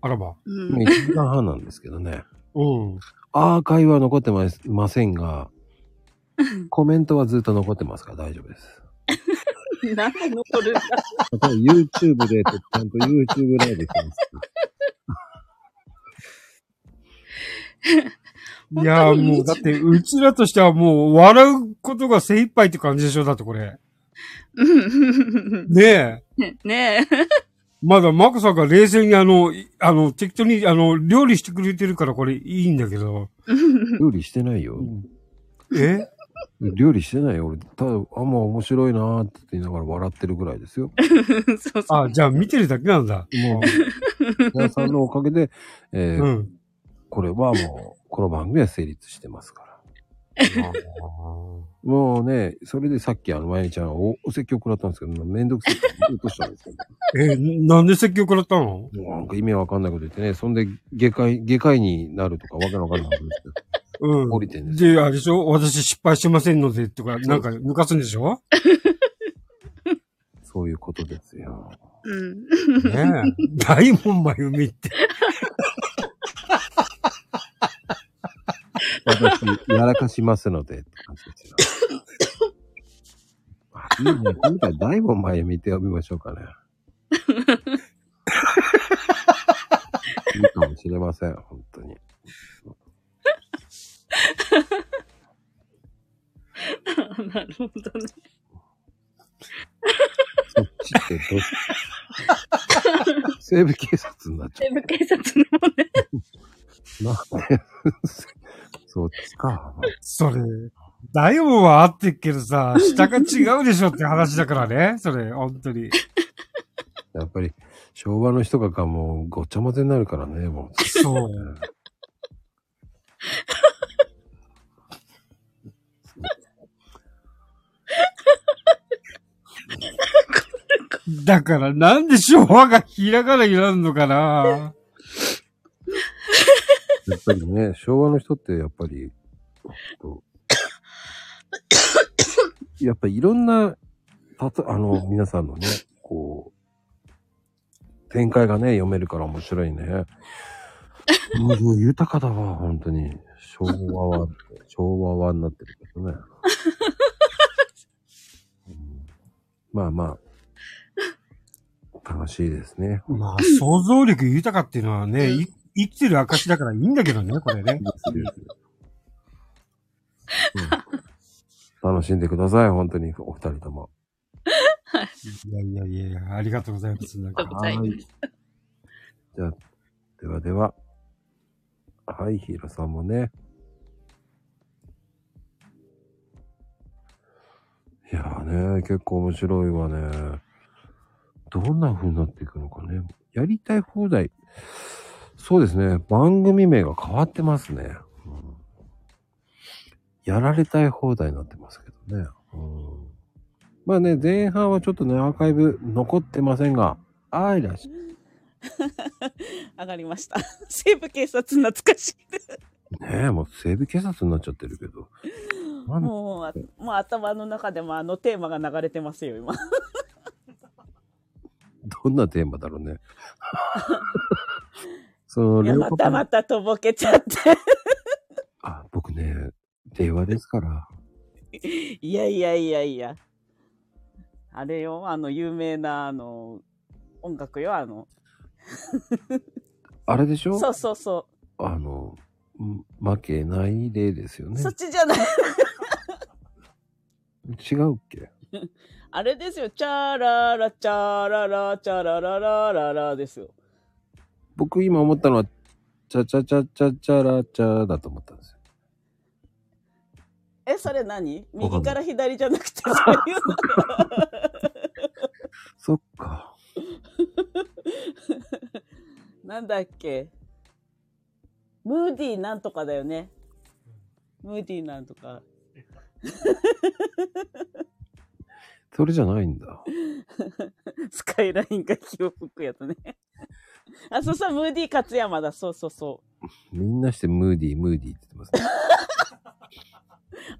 Speaker 9: あらば。
Speaker 8: うん
Speaker 1: 1時間半なんですけどね。
Speaker 9: うん。
Speaker 1: アーカイブは残ってまませんが、コメントはずっと残ってますから大丈夫です。
Speaker 8: 何で残るんだ
Speaker 1: あと YouTube で、ちゃんと YouTube ライブしてますから。
Speaker 9: いやーもう、だって、うちらとしてはもう、笑うことが精一杯って感じでしょだってこれ。
Speaker 8: うん
Speaker 9: ねえ。
Speaker 8: ね
Speaker 9: まだマコさんが冷静にあの、いあの、適当に、あの、料理してくれてるからこれいいんだけど。
Speaker 1: 料理してないよ。
Speaker 9: え
Speaker 1: 料理してないよ。俺、ただ、あ、まあ面白いなーって言いながら笑ってるぐらいですよ。
Speaker 8: え。 そうそう。
Speaker 9: あ、じゃあ見てるだけなんだ。
Speaker 1: もう、皆さんのおかげで、えー
Speaker 9: うん。
Speaker 1: これはもう、この番組は成立してますから。 もうね、それでさっきあの、まゆみちゃんお、お説教食らったんですけど、めんどくさい から落としたんですけど、
Speaker 9: え、なんで説教食らったの
Speaker 1: もうなんか意味わかんないこと言ってね、そんで、外科医、外科医になるとかわけのわかんないことですけど、
Speaker 9: うん。
Speaker 1: 降りてんですよ。
Speaker 9: で、あれでしょ私失敗してませんので、とか、なんか抜かすんでしょ
Speaker 1: そういうことですよ。
Speaker 8: うん。
Speaker 9: ね え。ないもん、まゆみって。
Speaker 1: 私、やらかしますので、って感じですよ。 あいいね。今回、大門前見て呼びましょうかね。いいかもしれません、本当に。
Speaker 8: なるほどね。
Speaker 1: そっちってどっち西部警察になっちゃ
Speaker 8: 西部警察のも ね。
Speaker 1: う。なんでそっちか。
Speaker 9: それ、大悟は合ってっけどさ、下が違うでしょって話だからね、それ、本当に。
Speaker 1: やっぱり、昭和の人がかもうごっちゃ混ぜになるからね、もう。
Speaker 9: そう。だから、なんで昭和がひらがなになるのかな
Speaker 1: やっぱりね、昭和の人ってやっぱり、こうやっぱいろんな、たと、あの、皆さんのね、こう、展開がね、読めるから面白いね。もう豊かだわ、本当に。昭和は、昭和はになってるけどね。うんまあまあ、楽しいですね。
Speaker 9: まあ、想像力豊かっていうのはね、い生きてる証だからいいんだけどね、これね。
Speaker 1: 楽しんでください、本当に、お二人とも。
Speaker 9: いやいやいやいや、ありがとうございます。なんか
Speaker 1: はい。じゃあ、ではでは。はい、ヒーローさんもね。いやーね、結構面白いわね。どんな風になっていくのかね。やりたい放題。そうですね。番組名が変わってますね。うんやられたい放題になってますけどね。うんまあね、前半はちょっとね、アーカイブ残ってませんが、あーいらっしゃい。
Speaker 7: 上がりました。西部警察懐かしいです。
Speaker 1: ねえ、もう整備警察になっちゃってるけど。なんで
Speaker 7: もうあ、もう頭の中でもあのテーマが流れてますよ、今。
Speaker 1: どんなテーマだろうね。そ
Speaker 7: いや、
Speaker 1: の
Speaker 7: またまたとぼけちゃって。
Speaker 1: 僕ね、電話ですから。
Speaker 7: いやいやいやいや。あれよ、あの、有名な、あの、音楽よ、あの。
Speaker 1: あれでしょ
Speaker 7: そうそうそ
Speaker 1: あの、ん負けないでですよ
Speaker 7: う。
Speaker 1: ね
Speaker 7: そ。っちじゃない。
Speaker 1: 違うっけ
Speaker 7: あれですよ、チャララ、チャララ、チャラララララですよ。
Speaker 1: 僕今思ったのは、チャチャチャチャチャラチャだと思ったんですよ。
Speaker 7: え、それ何
Speaker 1: わかんない
Speaker 7: 右から左じゃな くて、そういうの。
Speaker 1: そっか。
Speaker 7: なんだっけムーディーなんとかだよね。ムーディーなんとか。
Speaker 1: それじゃないんだ。
Speaker 7: スカイラインが気を吹くやつね。あ、そうそう、ムーディー勝山だ。そうそうそう。
Speaker 1: みんなしてムーディー、ムーディーって言ってますね。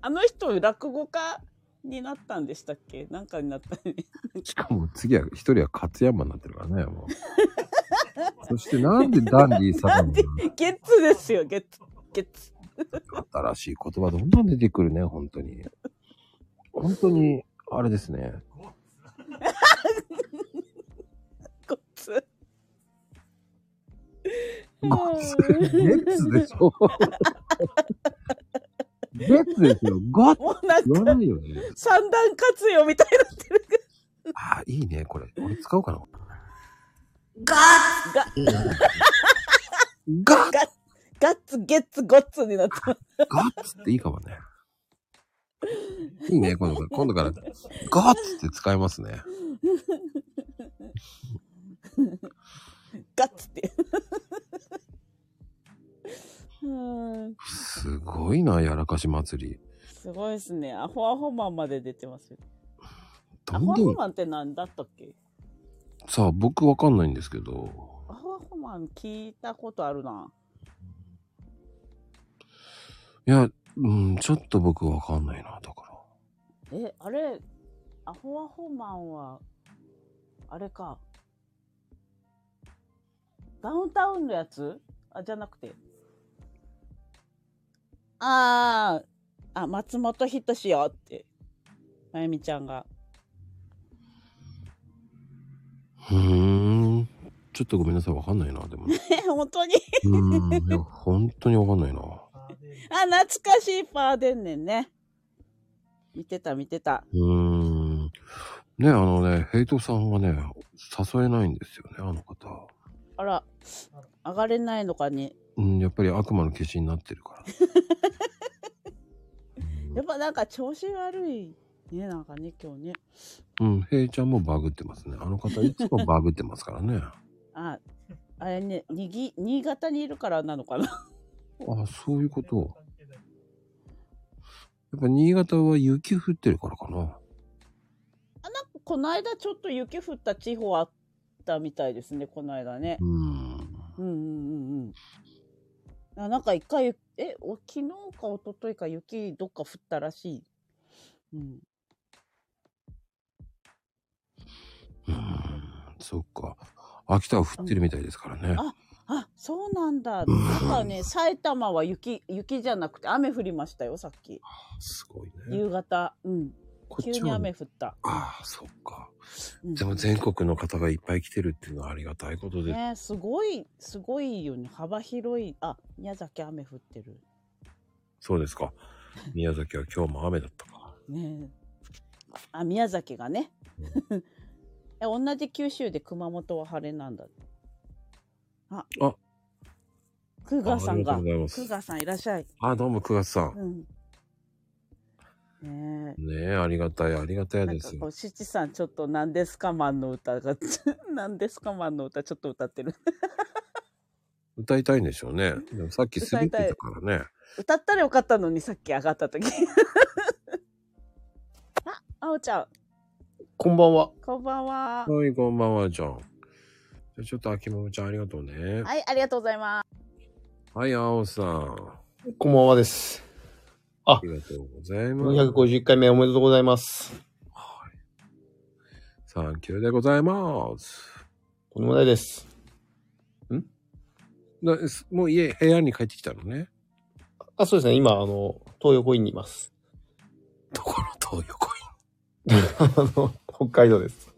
Speaker 7: あの人、落語家になったんでしたっけなんかになったね。
Speaker 1: しかも次は、一人は勝山になってるから ね、もう。そしてなんでダンディー
Speaker 7: な
Speaker 1: 坂
Speaker 7: ん
Speaker 1: 野
Speaker 7: で、ゲッツですよ、ゲッツ。ゲッツ。
Speaker 1: 新しい言葉どんどん出てくるね、本当に。本当に、あれですね。
Speaker 7: こっつ。
Speaker 1: ごつ、ゲッツでしょ。ゲッツですよ。ゴッ ツ
Speaker 7: もうなんか
Speaker 1: 言わないよね。
Speaker 7: 三段活用みたいになってる。
Speaker 1: あ、いいね、これ。俺使おうかな。
Speaker 7: ガッガッ
Speaker 1: ガ
Speaker 7: ッガッツゲッツゴッツになってます。
Speaker 1: ガッツっていいかもね。いいね、今度から。今度から、ガッツって使えますね。
Speaker 7: ガッツって。うん
Speaker 1: すごいな、やらかし祭り。
Speaker 7: すごいですね。アホアホマンまで出てますよ。
Speaker 1: ど
Speaker 7: ア
Speaker 1: ん
Speaker 7: ホア
Speaker 1: ど
Speaker 7: ホ
Speaker 1: ん、
Speaker 7: マンって何だったっけ
Speaker 1: さあ、僕わかんないんですけど、
Speaker 7: アホアホマン聞いたことあるな。
Speaker 1: いや、うん、ちょっと僕わかんないな、とか。
Speaker 7: え、あれ、アホアホマンは、あれか。ダウンタウンのやつあ、じゃなくて。あー、あ、松本人志よって、まゆみちゃんが。
Speaker 1: うーん、ちょっとごめんなさい、わかんないな、でも。
Speaker 7: え、 本当に
Speaker 1: うーん、いや、本当にわかんないな。
Speaker 7: あ、懐かしいパーデンネンね。見てた見てた。
Speaker 1: うーん。ね、あのね、ヘイトさんはね、誘えないんですよね、あの方。
Speaker 7: あら、上がれないのかね。
Speaker 1: うん、やっぱり悪魔の化身になってるから。
Speaker 7: やっぱなんか調子悪いね、なんかね、今日ね。
Speaker 1: うん、平ちゃんもバグってますね。あの方いつもバグってますから ね。
Speaker 7: あ、あれね、にぎ新潟にいるからなのかな。
Speaker 1: あ、そういうこと。やっぱ新潟は雪降ってるからか
Speaker 7: あ、
Speaker 1: な。。
Speaker 7: なんかこの間ちょっと雪降った地方あったみたいですね、この間ね。うんうんうんうんうん。あなんか一回、え、お昨日か一昨日か雪どっか降ったらしい。うん。
Speaker 1: そっか。秋田は降ってるみたいですからね。
Speaker 7: あ、あ、そうなん だ。なんかね、埼玉は雪、雪じゃなくて雨降りましたよ、さっき。
Speaker 1: すごいね。
Speaker 7: 夕方。うん。
Speaker 1: っち
Speaker 7: 急
Speaker 1: は
Speaker 7: に
Speaker 1: ね
Speaker 7: 雨降った。
Speaker 1: ああ、そっか。でも全国の方がいっぱい来てるっていうのはありがたいことです。
Speaker 7: ねえすごい、すごいよね。幅広い。あ、宮崎雨降ってる。
Speaker 1: そうですか。宮崎は今日も雨だった。
Speaker 7: ねえあ、宮崎がね。 え、同じ九州で熊本は晴れなんだ。あ、
Speaker 1: あ、
Speaker 7: クーガーさんが。
Speaker 1: ああ
Speaker 7: ク
Speaker 1: りがとうございます
Speaker 7: ーガーさんいらっしゃい。
Speaker 1: あ、どうも、9月さん。
Speaker 7: うん。ねえ。
Speaker 1: ねえ、ありがたい、ありがたいです
Speaker 7: こ
Speaker 1: よ。
Speaker 7: うシチさん、ちょっと何ですかマンの歌が、 何ですかマンの歌ちょっと歌ってる。
Speaker 1: 歌いたいんでしょうね。でもさっき滑ってたからね。
Speaker 7: 歌ったらよかったのに、さっき上がった時。 あ、あおちゃん、
Speaker 1: こんばんは。
Speaker 7: こんばんは。
Speaker 1: はい、こんばんは、じゃん。じゃあちょっと、秋桃ちゃん、ありがとうね。
Speaker 7: はい、ありがとうございます。
Speaker 1: はい、青さん。
Speaker 10: こんばんはです。あ、
Speaker 1: ありがとうございます。
Speaker 10: 451回目おめでとうございます。
Speaker 1: サンキューでございます。
Speaker 10: とんでもないです。ん
Speaker 1: なすもう家、部屋に帰ってきたのね。
Speaker 10: あ、そうですね。今、あの、東横インにいます。
Speaker 1: どこの東横
Speaker 10: イン あの、北海道です。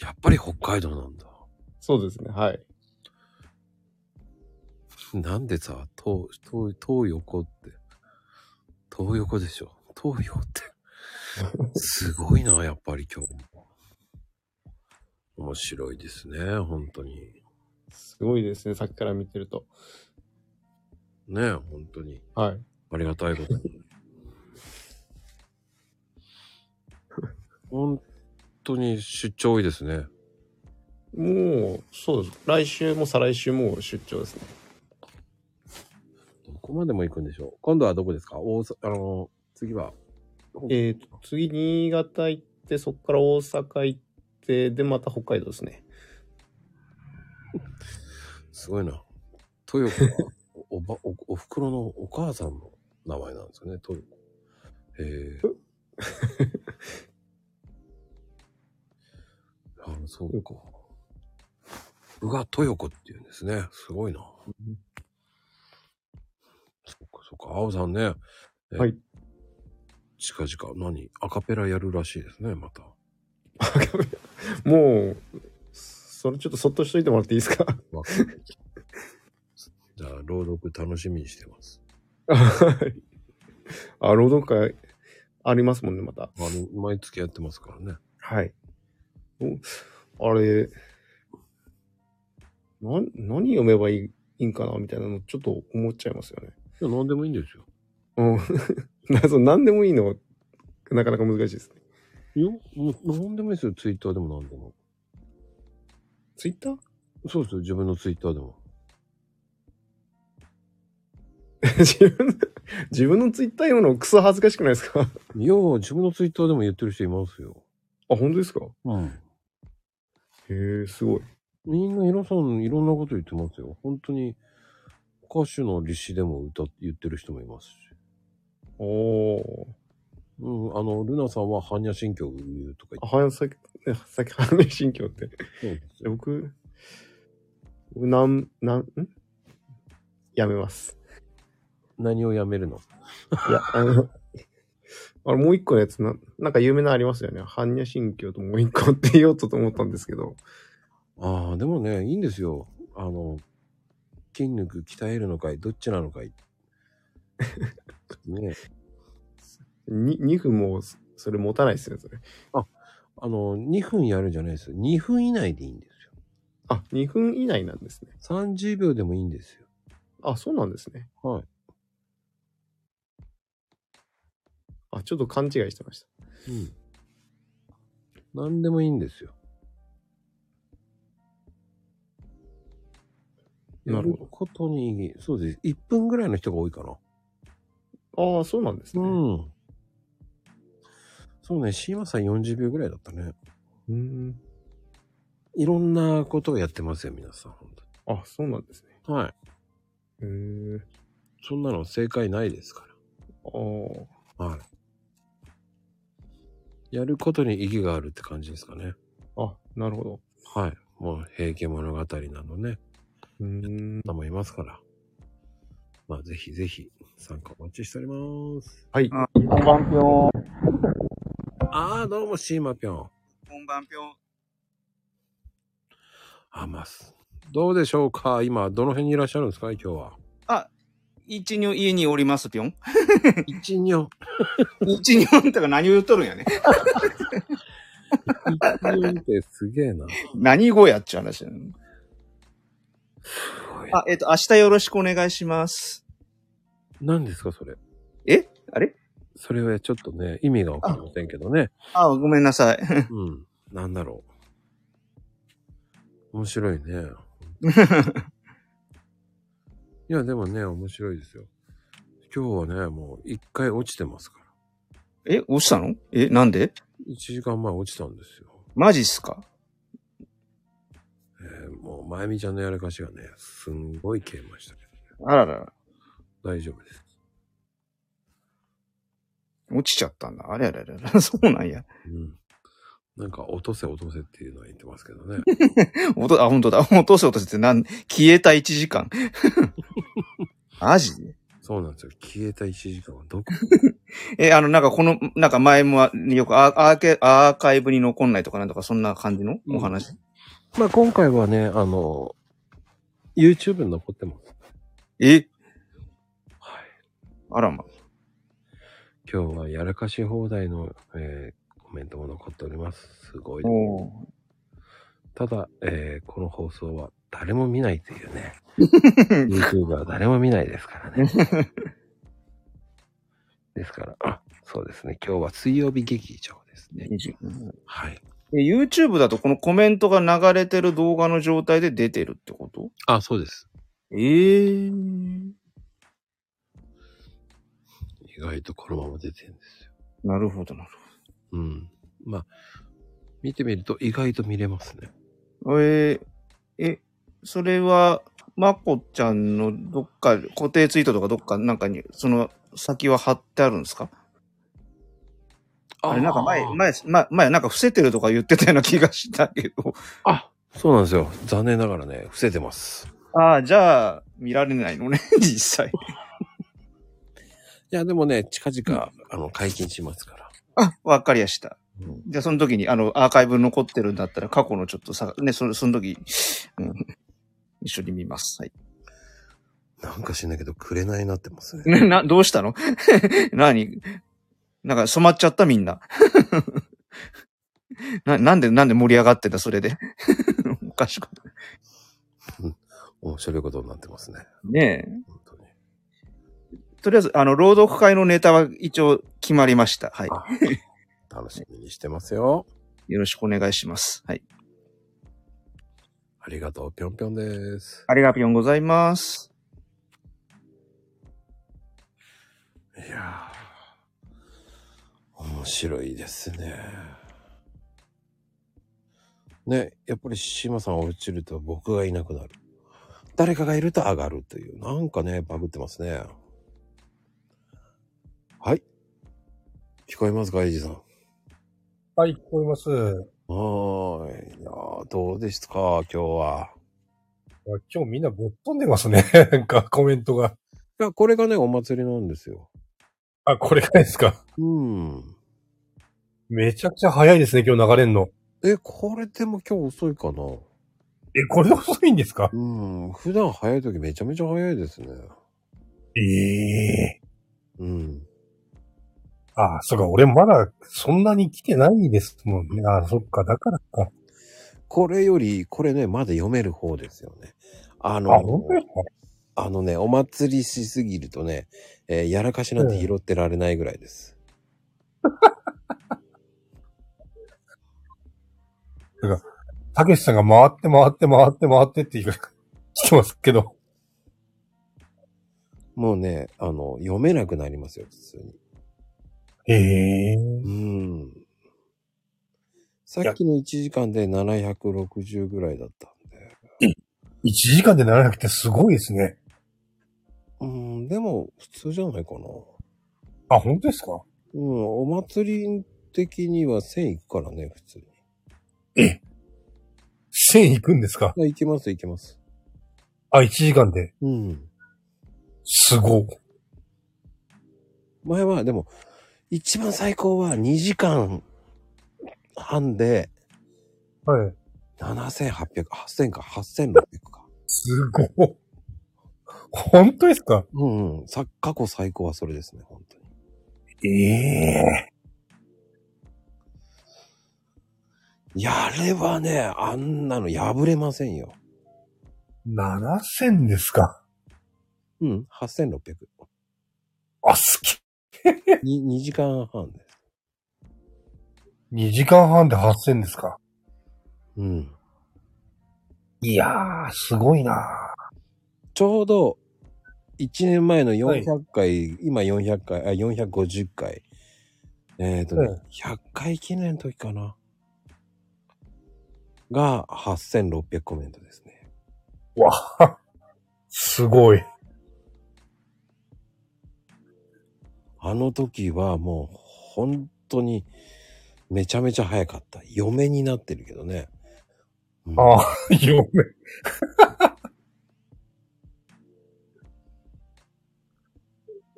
Speaker 1: やっぱり北海道なんだ。
Speaker 10: そうですね、はい。
Speaker 1: なんでさ、東、東、東横って、東横でしょ。東洋って。すごいな、やっぱり今日も。面白いですね、本当に。
Speaker 10: すごいですね、さっきから見てると。
Speaker 1: ねえ、本当に。
Speaker 10: はい。
Speaker 1: ありがたいことに。本当に出張多いですね。
Speaker 10: もう、そうです。来週も再来週も出張ですね。
Speaker 1: どこまでも行くんでしょう。今度はどこですか大阪、あの、次は。
Speaker 10: えーと、次、新潟行って、そこから大阪行って、で、また北海道ですね。
Speaker 1: すごいな。豊子はおおば、お、お袋のお母さんの名前なんですよね、豊子。へえ。 あ、そうか。うが豊子っていうんですね。すごいな。そっかそっか。青さんね。はい。近々、何アカペラやるらしいですね、また。
Speaker 10: もう、それちょっとそっとしといてもらっていいですか
Speaker 1: わかるじゃあ、朗読楽しみにし てます。
Speaker 10: あ、朗読会ありますもんね、また。
Speaker 1: あの毎月やってますからね。
Speaker 10: はい。おあれ、な、何読めばいいいいんかなみたいなのちょっと思っちゃいますよね。
Speaker 1: いや、何でもいいんですよ。
Speaker 10: うん。 なそう何でもいいの、なかなか難しいですね。
Speaker 1: いや、もう何でもいいですよ。ツイッターでも何でも。
Speaker 10: ツイッター
Speaker 1: そうですよ。自分のツイッターでも。
Speaker 10: 自分の、自分のツイッター読むのクソ恥ずかしくないですか
Speaker 1: いや、自分のツイッターでも言ってる人いますよ。
Speaker 10: あ、本当ですか
Speaker 1: うん。
Speaker 10: へえ、すごい。
Speaker 1: みんなヒロさん、いろんなこと言ってますよ。本当に、歌手の立志でも歌って言ってる人もいますし。
Speaker 10: おお。
Speaker 1: うん、あの、ルナさんは般若心経を言うとか言っ
Speaker 10: あ、
Speaker 1: て。
Speaker 10: はやさっき、さっき、反面心境って。
Speaker 1: そうで
Speaker 10: 僕、僕なん、なん、んやめます。
Speaker 1: 何をやめるの
Speaker 10: いや、あの、 あれもう一個のやつな、なんか有名なのありますよね。般若心経ともう一個って言おうと思ったんですけど。
Speaker 1: ああ、でもね、いいんですよ。あの、筋肉鍛えるのかい、どっちなのかい。ね
Speaker 10: に、2分もそそれ持たないですね、それ。
Speaker 1: あ、あの、2分やるじゃないです。2分以内でいいんですよ。
Speaker 10: あ、2分以内なんですね。
Speaker 1: 30秒でもいいんですよ。
Speaker 10: あ、そうなんですね。
Speaker 1: はい。
Speaker 10: あ、ちょっと勘違いしてました。
Speaker 1: うん。何でもいいんですよ。
Speaker 10: な
Speaker 1: や
Speaker 10: る
Speaker 1: ることに、そうです。1分ぐらいの人が多いかな。
Speaker 10: ああ、そうなんですね。
Speaker 1: うん。そうね、シーマさん40秒ぐらいだったね。
Speaker 10: うん。
Speaker 1: いろんなことをやってますよ、皆さん。本
Speaker 10: 当にあ、そうなんですね。
Speaker 1: はい。
Speaker 10: へえ。
Speaker 1: そんなの正解ないですから。
Speaker 10: あ
Speaker 1: あ。はい。やることに意義があるって感じですかね。
Speaker 10: あ、なるほど。
Speaker 1: はい。もう、平家物語などね。
Speaker 10: うん。
Speaker 1: 方もいますから。まあ、ぜひぜひ、参加お待ちしております。
Speaker 10: はい。
Speaker 1: こんばんぴょん。ああ、どうも、シーマぴょん。
Speaker 11: こんばんぴょん。
Speaker 1: あ、まあ、すどうでしょうか今、どの辺にいらっしゃるんですか今日は。
Speaker 11: あ、一女家におりますぴょん。
Speaker 1: 一女。
Speaker 11: 一女とか何を言っとるんやね。
Speaker 1: 一女ってすげえな。
Speaker 11: 何語やっちゅう話やねあ、えっ、と、明日よろしくお願いします。
Speaker 1: 何ですかそれ。
Speaker 11: えあれ
Speaker 1: それはちょっとね、意味がわかりませんけどね。
Speaker 11: あ、ごめんなさい。
Speaker 1: うん。なんだろう。面白いね。いや、でもね、面白いですよ。今日はね、もう一回落ちてますから。
Speaker 11: え、落ちたのえ、なんで
Speaker 1: 1時間前落ちたんですよ。
Speaker 11: マジっすか
Speaker 1: えーもう、まゆみちゃんのやらかしがね、すんごい消えましたけ
Speaker 11: ど。あらら。
Speaker 1: 大丈夫です。
Speaker 11: 落ちちゃったんだ。あれあれあれあれ。 そうなんや。
Speaker 1: うん。なんか、落とせ落とせっていうのは言ってますけどね。
Speaker 11: 落と、あ、 本当だ。落とせ落とせってなん、消えた1時間。 マジで
Speaker 1: そうなんですよ。消えた1時間はどこ
Speaker 11: え、あの、なんかこの、なんか前もあよくアーアーケアーカイブに残んないとかなんとかそんな感じのお話、
Speaker 1: まあ、今回はね、あの、YouTube に残ってます。
Speaker 11: えはい。あらま。
Speaker 1: 今日はやらかし放題の、えーコメントも残っております。すごい。ただ、えーこの放送は誰も見ないという ね。YouTube は誰も見ないですから ね。ですから、あ、そうですね。今日は水曜日劇場ですね。はい。
Speaker 11: え YouTube だとこのコメントが流れてる動画の状態で出てるってこと
Speaker 1: あ、そうです。
Speaker 11: ええ
Speaker 1: 意外とこのまま出てるんですよ。
Speaker 11: なるほど、なる
Speaker 1: ほど。うん。まあ、見てみると意外と見れますね。
Speaker 11: えーえ、それは、まこちゃんのどっか、固定ツイートとかどっかなんかに、その先は貼ってあるんですかあれ、なんか前、前、ま前、なんか伏せてるとか言ってたような気がしたけど。
Speaker 1: そうなんですよ。残念ながらね、伏せてます。
Speaker 11: ああ、じゃあ、見られないのね、 実際。
Speaker 1: いや、でもね、近々、あの、解禁しますから。
Speaker 11: あ、わかりやした。じゃあ、その時に、あの、アーカイブ残ってるんだったら、過去のちょっとさ、ね、その、その時、うん、一緒に見ます。はい。
Speaker 1: なんかしんだけど、くれないなってますね。
Speaker 11: ねな、どうしたの 何なんか染まっちゃったみんな。 な、なんで、なんで盛り上がってんだ、それで。 おかしく。
Speaker 1: 面白いことになってますね。
Speaker 11: ねえ。とりあえず、あの、朗読会のネタは一応決まりました。はい。
Speaker 1: 楽しみにしてますよ。
Speaker 11: よろしくお願いします。はい。
Speaker 1: ありがとう、ぴょんぴょんです。
Speaker 11: ありがぴょんございます。
Speaker 1: いやー、面白いですね。ね、やっぱり島さん落ちると僕がいなくなる。誰かがいると上がるという、なんかね、バグってますね。はい。聞こえますか、エイジさん。
Speaker 12: はい、聞こえます。
Speaker 1: はーい。いやーどうですか、今日は。
Speaker 12: 今日みんなぶっ飛んでますね。なんかコメントが。
Speaker 1: いや、これがね、お祭りなんですよ。
Speaker 12: あ、これからですか。
Speaker 1: うん。
Speaker 12: めちゃくちゃ早いですね、今日流れんの。
Speaker 1: え、これでも今日遅いかな
Speaker 12: え、これ遅いんですか
Speaker 1: うん。普段早い時めちゃめちゃ早いですね。
Speaker 12: ええ
Speaker 1: うん。
Speaker 12: ああ、そっか、俺まだそんなに来てないですもんね。ああ、そっか、だからか。
Speaker 1: これより、これね、まだ読める方ですよね。あの、
Speaker 12: あ
Speaker 1: あ
Speaker 12: 本当ですか
Speaker 1: のね、お祭りしすぎるとね、えーやらかしなんて拾ってられないぐらいです。
Speaker 12: だから、たけしさんが回って回って回って回ってって言う から、来てますけど。
Speaker 1: もうね、あの、読めなくなりますよ、普通に。
Speaker 12: ええ
Speaker 1: うん。さっきの1時間で760ぐらいだったんで。
Speaker 12: 1時間で700ってすごいですね。
Speaker 1: うん、でも、普通じゃないか
Speaker 12: な。あ、本当ですか
Speaker 1: うん、お祭り的には1000いくからね、普通に。
Speaker 12: 1000行くんですか
Speaker 1: あ行きます、行きます。
Speaker 12: あ、1時間で。
Speaker 1: うん。
Speaker 12: すご。
Speaker 1: 前は、でも、一番最高は2時間半で、
Speaker 12: はい。
Speaker 1: 7800、8000か、8600か。
Speaker 12: すごい。本当ですか
Speaker 1: うん、うん。さ過去最高はそれですね、本
Speaker 12: 当に。ええ
Speaker 1: やればね、あんなの破れませんよ。
Speaker 12: 7000ですか
Speaker 1: うん、8600。
Speaker 12: あ、好き。
Speaker 1: 2時間半です。
Speaker 12: 2時間半で8000ですか
Speaker 1: うん。
Speaker 12: いやー、すごいな
Speaker 1: ちょうど、1年前の400回、今400回、あ、450回。えっ、とね、
Speaker 12: はい
Speaker 1: 100回記念の時かな。が、8600コメントですね。
Speaker 12: わすごい。
Speaker 1: あの時はもう、本当に、めちゃめちゃ早かった。嫁になってるけどね。
Speaker 12: あ あ、嫁。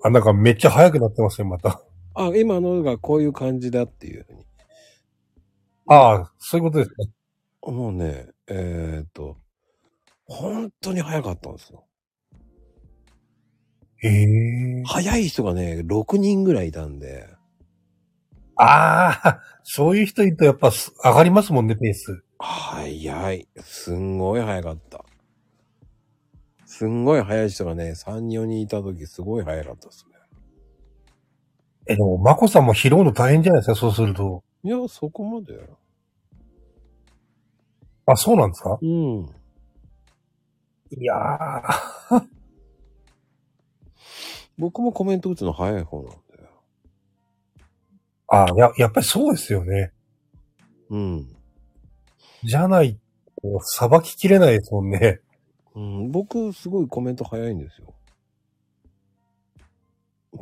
Speaker 12: あ、なんかめっちゃ早くなってますよ、また。
Speaker 1: あ、今のがこういう感じだっていうふうに。
Speaker 12: ああ、そういうことですね。
Speaker 1: もうね、えーっと、本当に早かったんですよ。
Speaker 12: ええ
Speaker 1: 早い人がね、6人ぐらいいたんで。
Speaker 12: ああ、そういう人いるとやっぱす上がりますもんね、ペース。
Speaker 1: 早い。すんごい早かった。すんごい早い人がね、3、4人いた時すごい早かったですね。
Speaker 12: え、でも、まこさんも拾うの大変じゃないですか、そうすると。
Speaker 1: いや、そこまで。
Speaker 12: あ、そうなんですか
Speaker 1: うん。
Speaker 12: いやー。
Speaker 1: 僕もコメント打つの早い方なの。
Speaker 12: ああ、や、やっぱりそうですよね。
Speaker 1: うん。
Speaker 12: じゃないと、さばききれないですもんね。
Speaker 1: うん、僕、すごいコメント早いんですよ。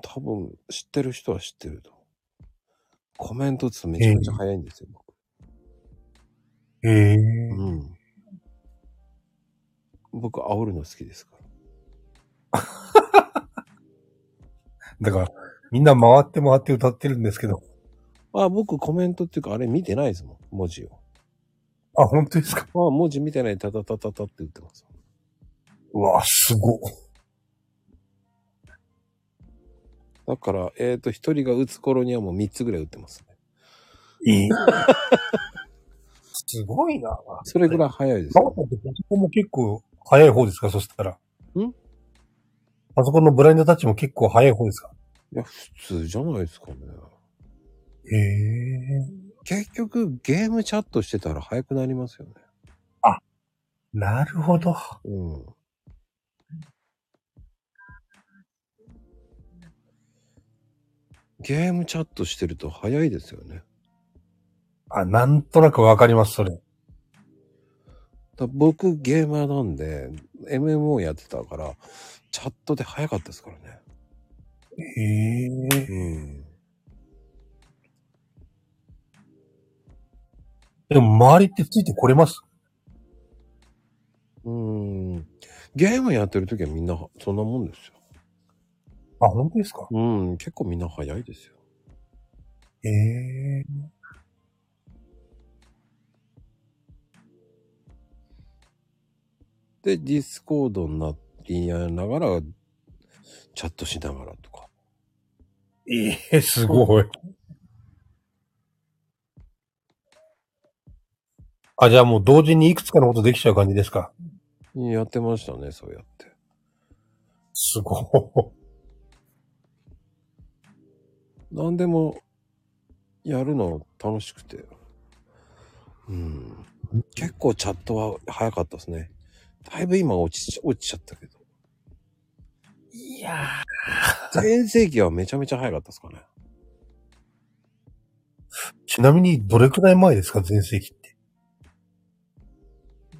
Speaker 1: 多分、知ってる人は知ってると。コメント打つとめちゃめちゃ早いんですよ、僕。
Speaker 12: ええ
Speaker 1: うん。僕、煽るの好きですから。
Speaker 12: だから、みんな回って回って歌ってるんですけど。
Speaker 1: あ、僕、コメントっていうか、あれ見てないですもん、文字を。
Speaker 12: あ、本当ですか
Speaker 1: あ、文字見てない、タタタタタって打ってます。
Speaker 12: うわ、すご。
Speaker 1: だから、えっ、と、一人が打つ頃にはもう3つぐらい打ってます
Speaker 12: ね。 すごいな。
Speaker 1: それぐらい早いです。
Speaker 12: マコさんってパソコンも結構早い方ですかそしたら。
Speaker 1: ん
Speaker 12: パソコンのブラインドタッチも結構早い方ですか
Speaker 1: いや、普通じゃないですかね。
Speaker 12: へえ。
Speaker 1: 結局、ゲームチャットしてたら早くなりますよね。
Speaker 12: なるほど。
Speaker 1: うん。ゲームチャットしてると早いですよね。
Speaker 12: あ、なんとなくわかります、それ。
Speaker 1: だ僕、ゲーマーなんで、MMO やってたから、チャットで早かったですからね。
Speaker 12: へえ。
Speaker 1: うん。
Speaker 12: でも、周りってついてこれます
Speaker 1: うーん。ゲームやってる時はみんな、そんなもんですよ。
Speaker 12: あ、本当ですか
Speaker 1: うん、結構みんな早いですよ。
Speaker 12: へえ。
Speaker 1: で、ディスコードになりながら、チャットしながらとか。
Speaker 12: ええ、すごい。あ、じゃあもう同時にいくつかのことできちゃう感じですか
Speaker 1: やってましたね、そうやって。
Speaker 12: すごい。
Speaker 1: 何でも、やるの楽しくて。うん。結構チャットは早かったですね。だいぶ今落ちち落ちちゃったけど。いやー。全盛期はめちゃめちゃ早かったですかね。
Speaker 12: ちなみに、どれくらい前ですか、全盛期って。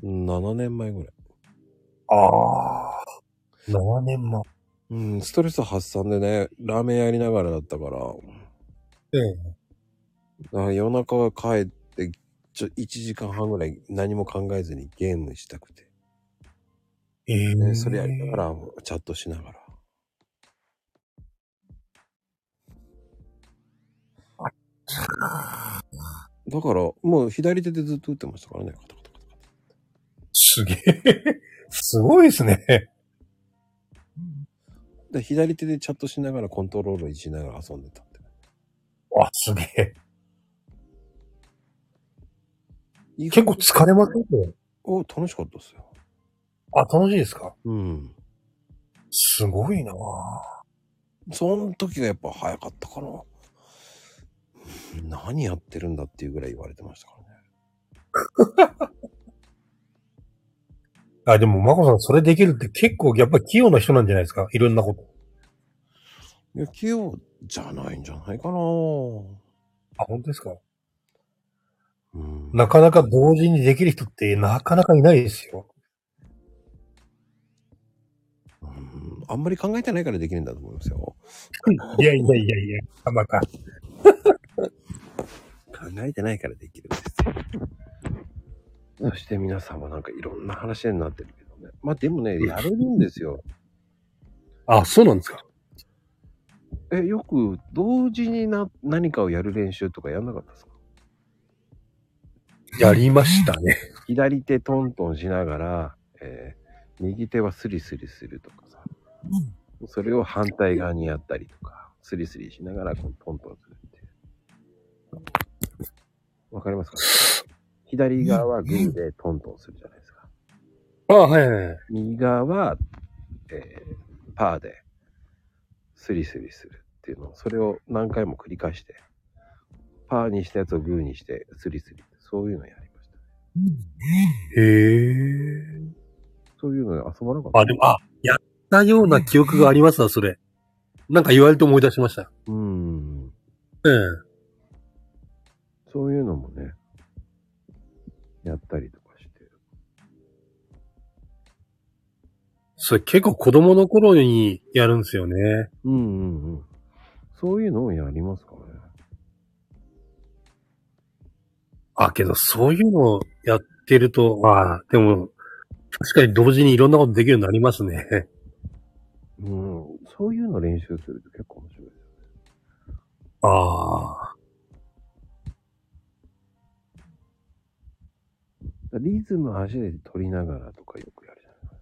Speaker 1: 7年前ぐらい。
Speaker 12: ああ。7年前。
Speaker 1: うん、ストレス発散でね、ラーメンやりながらだったから。
Speaker 12: え
Speaker 1: だから夜中は帰って、ちょ、1時間半ぐらい何も考えずにゲームしたくて。
Speaker 12: ええ
Speaker 1: ね、それやりながら、チャットしながら。だから、もう左手でずっと打ってましたからね。
Speaker 12: すげえ。 すごいですね。
Speaker 1: で左手でチャットしながらコントロールしながら遊んでた。
Speaker 12: あ、すげえ。結構疲れませんね。
Speaker 1: お、楽しかったですよ。
Speaker 12: あ、楽しいですか
Speaker 1: うん。
Speaker 12: すごいなぁ
Speaker 1: その時がやっぱ早かったかな。何やってるんだっていうぐらい言われてましたからね。
Speaker 12: あ、でも、まこさん、それできるって結構、やっぱり器用な人なんじゃないですかいろんなこと。
Speaker 1: いや、器用じゃないんじゃないか
Speaker 12: あ、
Speaker 1: な
Speaker 12: 本当ですかなかなか同時にできる人ってなかなかいないですよ。
Speaker 1: あんまり考えてないからできるんだと思いますよ。
Speaker 12: いやいやいやいや、たまか。
Speaker 1: 考えてないからできるんですよ。そして皆さんはなんかいろんな話になってるけどね。まあでもね、やれるんですよ。
Speaker 12: あ、そうなんですか
Speaker 1: え、よく同時にな何かをやる練習とかやんなかったですか
Speaker 12: やりましたね。
Speaker 1: 左手トントンしながら、えー右手はスリスリするとかさ、それを反対側にやったりとか、スリスリしながらこうトントンするっていう。わかりますか左側はグーでトントンするじゃないですか。
Speaker 12: あはいはいはい。
Speaker 1: 右側は、えーパーでスリスリするっていうのを、それを何回も繰り返して、パーにしたやつをグーにしてスリスリ、そういうのやりました。
Speaker 12: へえ。
Speaker 1: そういうので遊ばなかった
Speaker 12: あ、でも、あ、やったような記憶がありますわ、それ。なんか言われて思い出しました。
Speaker 1: うん。
Speaker 12: ええ。
Speaker 1: そういうのもね、やったりとかして。
Speaker 12: それ結構子供の頃にやるんですよね。
Speaker 1: うんうんうん。そういうのをやりますかね。
Speaker 12: あ、けどそういうのをやってると、ああ、でも、確かに同時にいろんなことできるようになりますね。
Speaker 1: うん。そういうの練習すると結構面白い。
Speaker 12: ああ。
Speaker 1: リズム走れて取りながらとかよくやるじゃない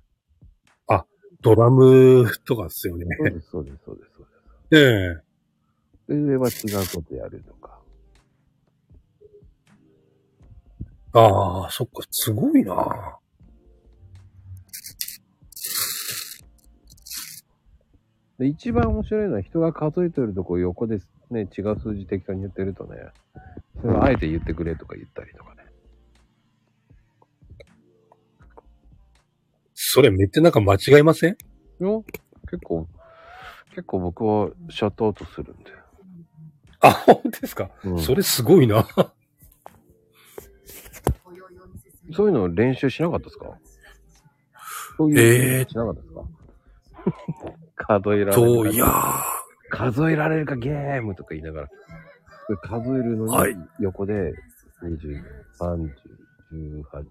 Speaker 12: あ、ドラムとかっすよね。
Speaker 1: そうです、そうです、そうです。そう
Speaker 12: ええ
Speaker 1: ですで、上は違うことやるとか。
Speaker 12: ああ、そっか、すごいな。
Speaker 1: で、一番面白いのは人が数えてるとこを横でね、違う数字適当に言ってるとね、それはあえて言ってくれとか言ったりとかね。
Speaker 12: それめっちゃなんか間違いません
Speaker 1: よ結構、結構僕はシャットアウトするんで。
Speaker 12: あ、本当ですか、それすごいな。
Speaker 1: そういうの練習しなかったですかそういうのしなかったですか、数えられるか。
Speaker 12: そういやー
Speaker 1: 数えられるかゲームとか言いながら。数えるのに横で20、30、18、22ってず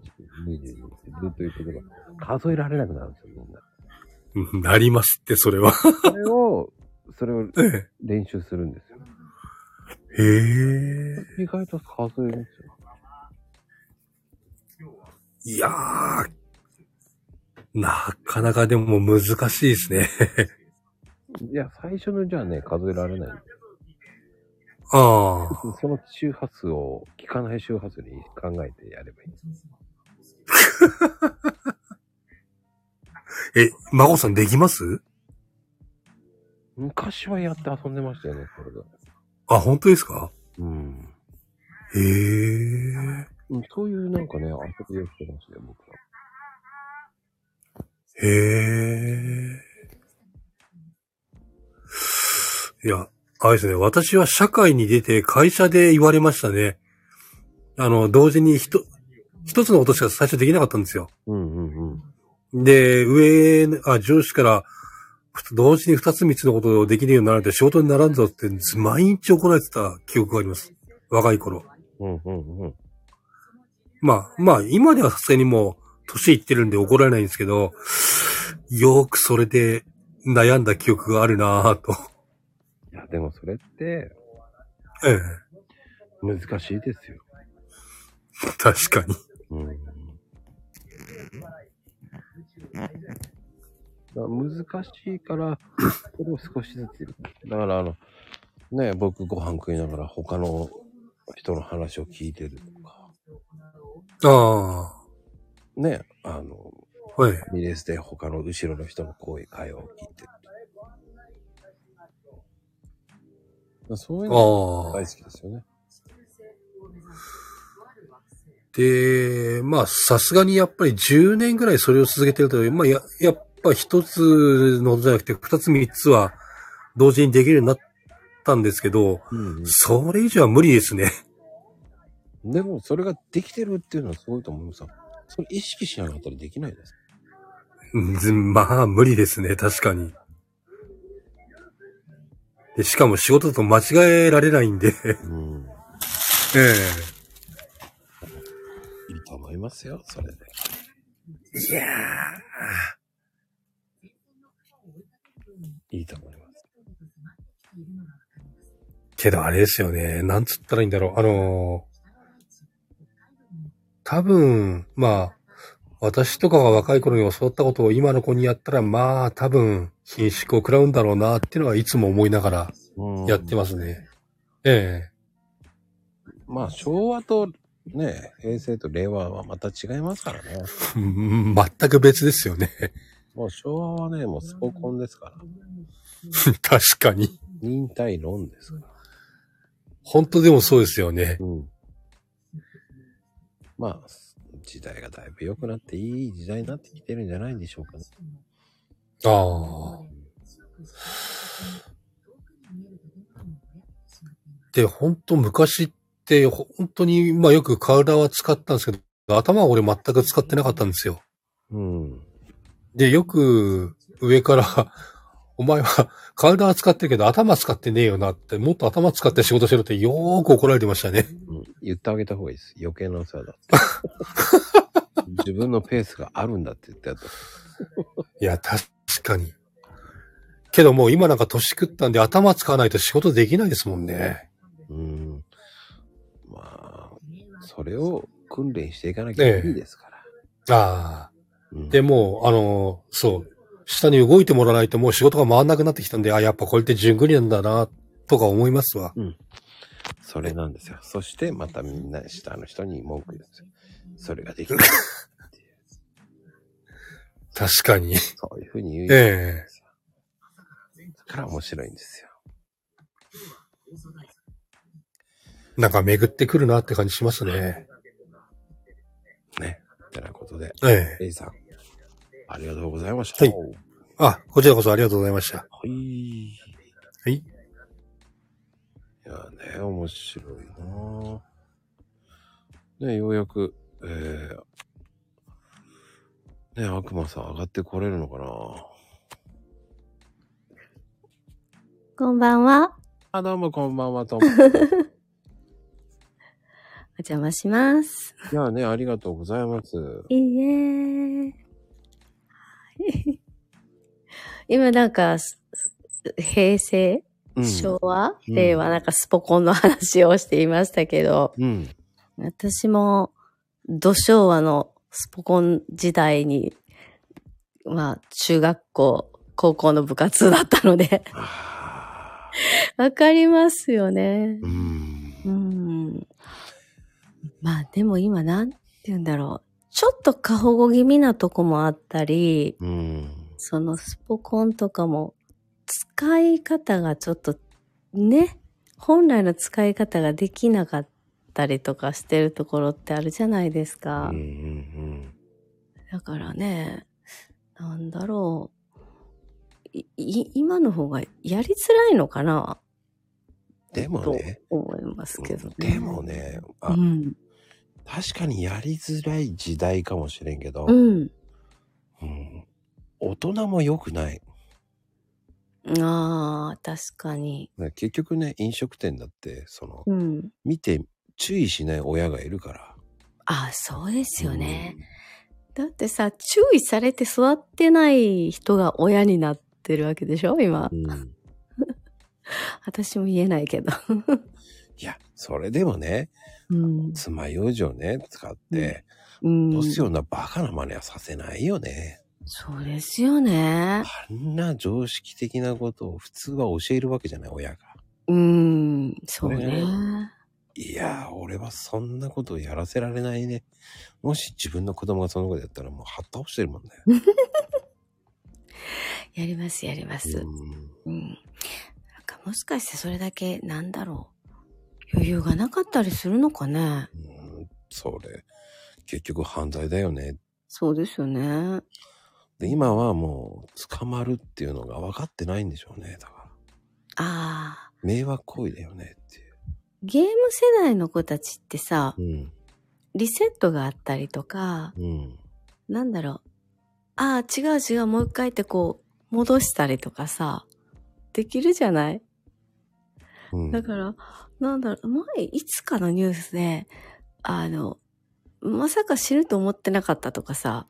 Speaker 1: っと言ってれば、数えられなくなるんですよ、みんな。
Speaker 12: なりますって、それは。
Speaker 1: それを、 それを練習するんですよ。
Speaker 12: へえ。
Speaker 1: 意外と数えるんですよ。
Speaker 12: いやー。なかなかでも難しいですね。
Speaker 1: いや、最初のじゃあね、数えられない。
Speaker 12: ああ。
Speaker 1: その周波数を、聞かない周波数に考えてやればいい。
Speaker 12: え、まこさんできます
Speaker 1: 昔はやって遊んでましたよね、これが。
Speaker 12: あ、本当ですか
Speaker 1: うん。
Speaker 13: へえ。
Speaker 1: うんそういうなんかね、あっできてますね、僕は。
Speaker 12: へえ。いや、あれですね。私は社会に出て会社で言われましたね。あの、同時に一、一つのことしか最初できなかったんですよ。
Speaker 1: うんうんうん。
Speaker 12: で、上、あ、上司から、ふ同時に二つ三つのことをできるようになられて仕事にならんぞって、ず毎日怒られてた記憶があります。若い頃。
Speaker 1: うんうんうん。
Speaker 12: まあ、まあ、今ではさすがにもう、年いってるんで怒られないんですけど、よーくそれで悩んだ記憶があるなぁと。
Speaker 1: いや、でもそれって、
Speaker 12: ええ。
Speaker 1: 難しいですよ。
Speaker 12: 確かに。
Speaker 1: うん。だから難しいから、それを少しずつ入れてだからあの、ね、僕ご飯食いながら他の人の話を聞いてるとか。
Speaker 12: あ
Speaker 1: あ。ね、あの、
Speaker 12: はい。
Speaker 1: ミレスで他の後ろの人の声、会話を聞いてるとか。そういうのが大好きですよね。
Speaker 12: で、まあ、さすがにやっぱり10年ぐらいそれを続けてると、まあ、や、やっぱ一つのじゃなくて、二つ三つは同時にできるようになったんですけど、それ以上は無理ですね。
Speaker 1: でも、それができてるっていうのはすごいと思いますよ。それ意識しなかったらできないです。
Speaker 12: うんまあ、無理ですね、確かに。でしかも仕事だと間違えられないんで。え
Speaker 1: いいと思いますよ、それで。
Speaker 12: えいや
Speaker 1: いいと思います。
Speaker 12: けどあれですよね。なんつったらいいんだろう。あのー多分、まあ、私とかが若い頃に教わったことを今の子にやったら、まあ、多分、貧縮を食らうんだろうなっていうのはいつも思いながらやってますね。え
Speaker 1: まあ、昭和とね、平成と令和はまた違いますからね。
Speaker 12: えうん全く別ですよね。
Speaker 1: もう昭和はね、もうスポコンですから。
Speaker 12: 確かに。
Speaker 1: 忍耐論ですから。
Speaker 12: 本当でもそうですよね。
Speaker 1: まあ、時代がだいぶ良くなっていい時代になってきてるんじゃないでしょうかね。
Speaker 12: ああ。で、本当昔って、本当に、まあよく体は使ったんですけど、頭は俺全く使ってなかったんですよ。
Speaker 1: うん。
Speaker 12: で、よく上から、 お前は体は使ってるけど頭使ってねえよなって、もっと頭使って仕事しろってよーく怒られてましたね。
Speaker 1: 言ってあげた方がいいです。余計なお世話だって。自分のペースがあるんだって言ってやった。
Speaker 12: いや、確かに。けどもう今なんか年食ったんで頭使わないと仕事できないですもんね。
Speaker 1: うん。それを訓練していかなきゃいいですから。
Speaker 12: ああ。で、もう、あのーそう。下に動いてもらわないともう仕事が回んなくなってきたんで、あ、やっぱこれって順繰りなんだな、とか思いますわ。
Speaker 1: それなんですよ。そしてまたみんな下の人に文句言うんですよ。それができる。
Speaker 12: 確かに。
Speaker 1: そういうふうに言う。
Speaker 12: ええ
Speaker 1: だから面白いんですよ。
Speaker 12: なんか巡ってくるなって感じしますね。
Speaker 1: ね。ってなことで。
Speaker 12: ええ
Speaker 1: A さん、ありがとうございました。はい。
Speaker 12: あ、こちらこそありがとうございました。
Speaker 1: い。
Speaker 12: はい。い
Speaker 1: やね、面白いなぁね、ようやく、えー、ね、悪魔さん上がってこれるのかな
Speaker 14: こんばんは。
Speaker 1: あ、どうもこんばんは、と
Speaker 14: お
Speaker 1: も。
Speaker 14: 邪魔します。
Speaker 1: いやね、ありがとうございます。
Speaker 14: いいえ。はい 今なんか、すす平成、
Speaker 1: うん
Speaker 14: 昭和、
Speaker 1: うん
Speaker 14: 令和なんかスポコンの話をしていましたけど、
Speaker 1: うん。
Speaker 14: 私も、土昭和のスポコン時代に、まあ、中学校、高校の部活だったので、わかりますよね。うん。まあ、でも今、なんて言うんだろう。ちょっと過保護気味なとこもあったり、そのスポコンとかも、使い方がちょっと、ね、本来の使い方ができなかっったりとかしてるところってあるじゃないですか。だからね、なんだろう。い、い今の方がやりづらいのかな
Speaker 1: でもね。
Speaker 14: と思いますけどね。
Speaker 1: でもね、あ、確かにやりづらい時代かもしれんけど、
Speaker 14: うん。
Speaker 1: 大人も良くない。
Speaker 14: ああ、確かに。
Speaker 1: だから結局ね、飲食店だって、その、
Speaker 14: うん。
Speaker 1: 見て注意しない親がいるから。
Speaker 14: ああ、そうですよね。だってさ、注意されて育ってない人が親になってるわけでしょ今。 私も言えないけど。
Speaker 1: いや、それでもね、
Speaker 14: うん。
Speaker 1: 爪楊枝をね、使って、
Speaker 14: うん。
Speaker 1: 落とすようなバカな真似はさせないよね。
Speaker 14: そうですよね。
Speaker 1: あんな常識的なことを普通は教えるわけじゃない、親が。
Speaker 14: うん、そうね。
Speaker 1: いやー、俺はそんなことやらせられないね。もし自分の子供がそんなことやったらもうはった倒してるもんね。
Speaker 14: やります、やります。うん。なんかもしかしてそれだけ、なんだろう。余裕がなかったりするのかね。
Speaker 1: それ、結局犯罪だよね。
Speaker 14: そうですよね。
Speaker 1: で、今はもう捕まるっていうのが分かってないんでしょうね。だから
Speaker 14: ああ。
Speaker 1: 迷惑行為だよね。
Speaker 14: ゲーム世代の子たちってさ、リセットがあったりとか、
Speaker 1: うん。
Speaker 14: なんだろう。ああ、違う違う、もう一回ってこう、戻したりとかさ、できるじゃない、だから、なんだろう、前、いつかのニュースで、あの、まさか死ぬと思ってなかったとかさ、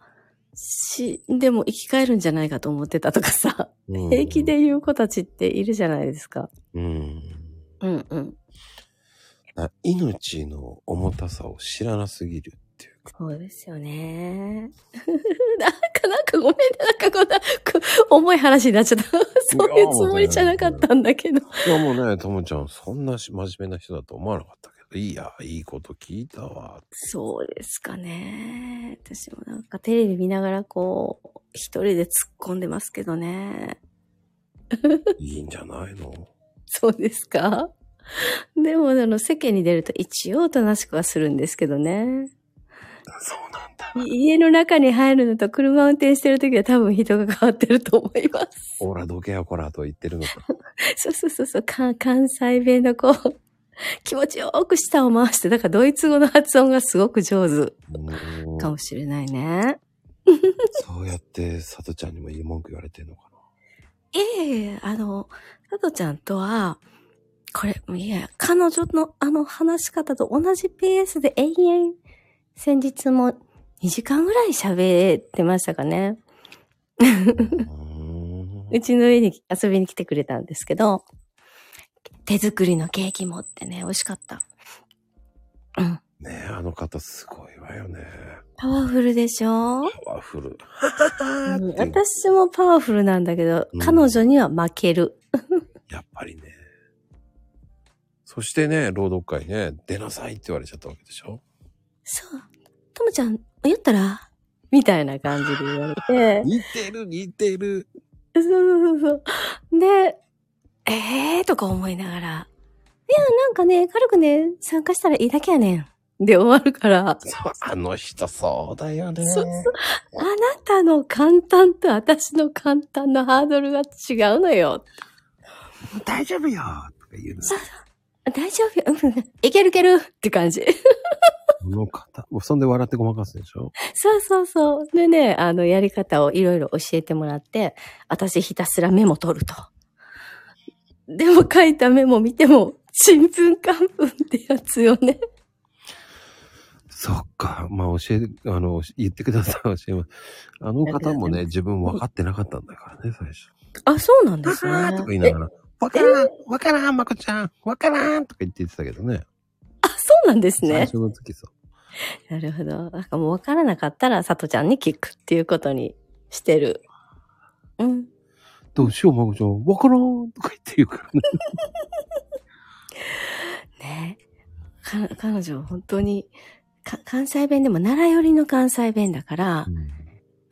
Speaker 14: 死んでも生き返るんじゃないかと思ってたとかさ、
Speaker 1: うん
Speaker 14: 平気で言う子たちっているじゃないですか。
Speaker 1: うん。
Speaker 14: うんうん。
Speaker 1: あ命の重たさを知らなすぎる。
Speaker 14: そうですよね。 なんか、なんかごめんね。なんかこんな、こ重い話になっちゃった。 そういうつもりじゃなかったんだけど。
Speaker 1: いやもうね、ともちゃん、そんなし真面目な人だと思わなかったけど、いや、いいこと聞いたわ。
Speaker 14: そうですかね。私もなんかテレビ見ながらこう、一人で突っ込んでますけどね。
Speaker 1: いいんじゃないの
Speaker 14: そうですかでも、あの、世間に出ると一応おとなしくはするんですけどね。そうなんだ。家の中に入るのと車運転してるときは多分人が変わってると思います。
Speaker 1: オーラどけやこらと言ってるのか。
Speaker 14: そうそうそうそう、関関西弁のこう、 気持ちよく舌を回して、だからドイツ語の発音がすごく上手かもしれないね。
Speaker 1: そうやって、さとちゃんにもいい文句言われてるのか
Speaker 14: ええあの、佐藤ちゃんとは、これ、いや、彼女のあの話し方と同じペースで延々、先日も2時間ぐらい喋ってましたかね。うちの家に遊びに来てくれたんですけど、手作りのケーキ持ってね、美味しかった。
Speaker 1: な。ねえ、あの方すごいわよね。
Speaker 14: パワフルでしょ
Speaker 1: パワフル。
Speaker 14: うん私もパワフルなんだけど、彼女には負ける。
Speaker 1: やっぱりね。そしてね、朗読会ね、出なさいって言われちゃったわけでしょ
Speaker 14: そう。ともちゃん、言ったらみたいな感じで言われて。
Speaker 1: 似てる、似てる。
Speaker 14: そうそうそうそう。で、えーとか思いながら、いや、なんかね、軽くね、参加したらいいだけやねん。で終わるから。
Speaker 1: あの人そうだよね。
Speaker 14: そうそう。あなたの簡単と私の簡単のハードルが違うのよ。
Speaker 1: 大丈夫よとか言うの。
Speaker 14: そうそう大丈夫よ。うんいけるいけるって感じ。
Speaker 1: この方、そんで笑ってごまかすでしょ
Speaker 14: そうそうそう。でね、あの、やり方をいろいろ教えてもらって、私ひたすらメモ取ると。でも書いたメモ見ても、ちんぷんかんぷんってやつよね。
Speaker 1: そっか。まあ、教えて、あの、言ってください、教えます。あの方もね、自分分かってなかったんだからね、最初。
Speaker 14: あ、そうなんですね。
Speaker 1: あーとか言いながら、わからん、わからん、まこちゃん、わからんとか言って言ってたけどね。
Speaker 14: あ、そうなんです
Speaker 1: 最
Speaker 14: ね。
Speaker 1: 初の時そう。
Speaker 14: なるほど。なんかもうわからなかったら、さとちゃんに聞くっていうことにしてる。うん。
Speaker 1: どうしよう、まこちゃん、わからんとか言って言 うからね。
Speaker 14: ねか彼女は本当にか、関西弁でも奈良寄りの関西弁だから、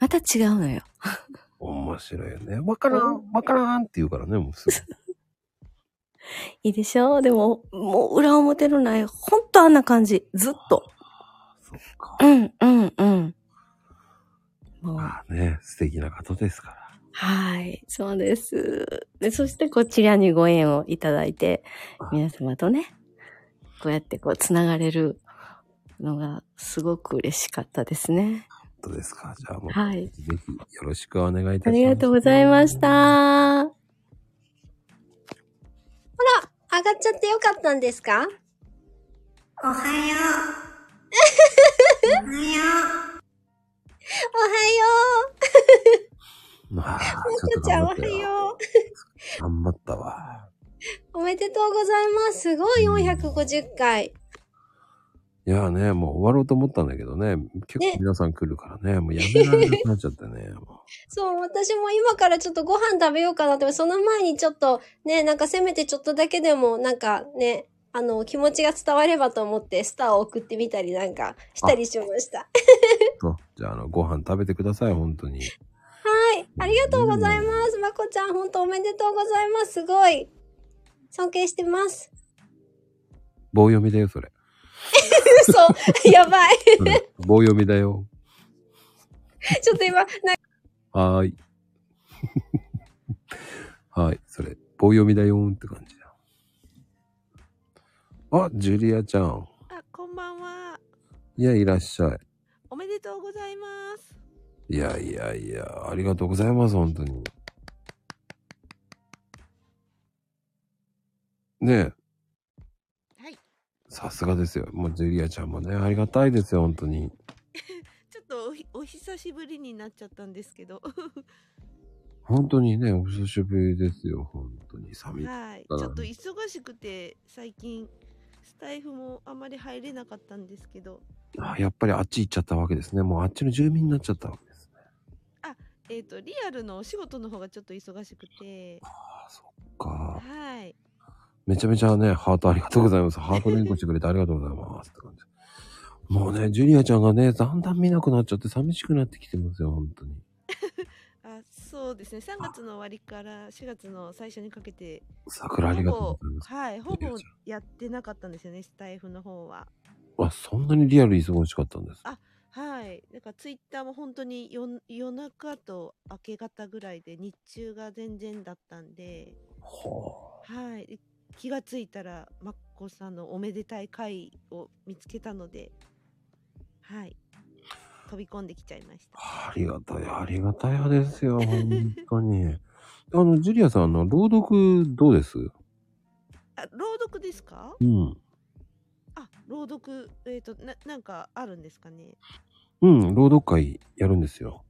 Speaker 14: また違うのよ。
Speaker 1: 面白いよね。わからん、わからんって言うからね、もうすぐ。
Speaker 14: いいでしょうでも、もう裏表のない、ほんとあんな感じ。ずっと。うん、うん、うん。もう、
Speaker 1: ね、素敵な方ですから。
Speaker 14: はい、そうです。で、そしてこちらにご縁をいただいて、皆様とね、こうやってこう、つながれるのがすごく嬉しかったですね。
Speaker 1: 本当ですか。じゃあもう、
Speaker 14: はい。
Speaker 1: ぜひよろしくお願いい
Speaker 14: あ
Speaker 1: たし
Speaker 14: りがとうございました。ほら、
Speaker 15: 上がっちゃってよかったんですかおはよう。おはよう。おはよ
Speaker 1: ます。まあ、
Speaker 15: う。
Speaker 1: ちょっと
Speaker 15: ちゃんおは
Speaker 1: 頑張ったよ。
Speaker 15: よう。
Speaker 1: 頑張ったわ。
Speaker 15: おめでとうございます。すごい450回。
Speaker 1: いやね、もう終わろうと思ったんだけどね、結
Speaker 15: ね
Speaker 1: 構皆さん来るからね、もうやめられなくなっちゃってね。も
Speaker 15: そう、私も今からちょっとご飯食べようかなって、その前にちょっとね、なんかせめてちょっとだけでも、なんかね、あの、気持ちが伝わればと思って、スターを送ってみたりなんかしたりしました。
Speaker 1: うそうじゃあ、あの、ご飯食べてください、本当に。
Speaker 15: はい。ありがとうございます。まこちゃん、ほんとおめでとうございます。すごい。尊敬してます。
Speaker 1: 棒読みだよ、それ。
Speaker 15: 嘘。やばい。
Speaker 1: 棒読みだよ。
Speaker 15: ちょっと今、なんか
Speaker 1: はーい。はい、それ、棒読みだよーんって感じだ。あ、ジュリアちゃん。
Speaker 16: あ、こんばんは。
Speaker 1: いや、いらっしゃい。
Speaker 16: おめでとうございます。
Speaker 1: いやいやいや、ありがとうございます、本当に。ねえ。さすがですよ。もうジュリアちゃんもね、ありがたいですよ、本当に。
Speaker 16: ちょっとおひお久しぶりになっちゃったんです けど。
Speaker 1: 本当にね、お久しぶりですよ、本当に。寒い。
Speaker 16: はい。ちょっと忙しくて、最近、スタイフもあまり入れなかったんですけど、
Speaker 1: あやっぱりあっち行っちゃったわけですね。もうあっちの住民になっちゃったわけです。
Speaker 16: えっ、と、リアルのお仕事の方がちょっと忙しくて。ああ、そっ
Speaker 1: か。
Speaker 16: はい。
Speaker 1: めちゃめちゃね、ハートありがとうございます。ハート連呼してくれてありがとうございます。って感じ。もうね、ジュリアちゃんがね、だんだん見なくなっちゃって寂しくなってきてますよ、本当に。
Speaker 16: あ、そうですね。3月の終わりから4月の最初にかけて。
Speaker 1: 桜ありがとうございます
Speaker 16: ほぼはい。ほぼやってなかったんですよね、スタイフの方は。
Speaker 1: あ、そんなにリアル忙しかったんです。
Speaker 16: あはい。なんかツイッターも本当に夜夜中と明け方ぐらいで日中が全然だったんで、はい。で気がついたら、まっこさんのおめでたい会を見つけたので、はい。飛び込んできちゃいました。
Speaker 1: ありがたい、ありがたやですよ、本当に。あの、ジュリアさんの朗読どうです
Speaker 16: あ朗読ですか
Speaker 1: うん。
Speaker 16: あ、朗読、えっ、とな、なんかあるんですかね。
Speaker 1: うん、朗読会やるんですよ。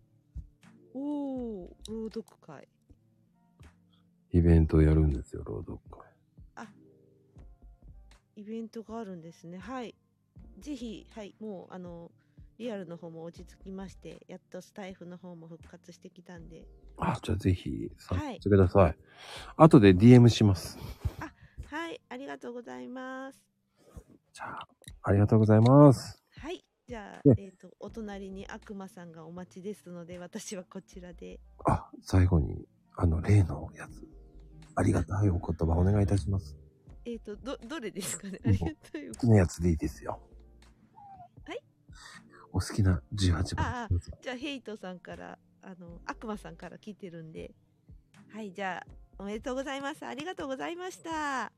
Speaker 16: おー、朗読会。
Speaker 1: イベントをやるんですよ、朗読会。
Speaker 16: イベントがあるんですね。はい。ぜひ、はい、もう、あの、リアルの方も落ち着きまして、やっとスタイフの方も復活してきたんで。
Speaker 1: あ、じゃあぜひ、参
Speaker 16: は
Speaker 1: 加
Speaker 16: い
Speaker 1: してください。後で DM します。
Speaker 16: はい、ありがとうございます。
Speaker 1: ありがとうございます。
Speaker 16: はい、じゃあ、
Speaker 1: ね
Speaker 16: えっ、と、お隣に悪魔さんがお待ちですので、私はこちらで。
Speaker 1: 最後に、あの、例のやつ。ありがたいお言葉お願いいたします。
Speaker 16: えっ、と、ど、どれですかね。ありがとう
Speaker 1: 好きなやつでいいですよ。
Speaker 16: はい
Speaker 1: お好きな18番。
Speaker 16: ああ、じゃあ、ヘイトさんから、あの、悪魔さんから聞いてるんで。はい、じゃあ、おめでとうございます。ありがとうございました。や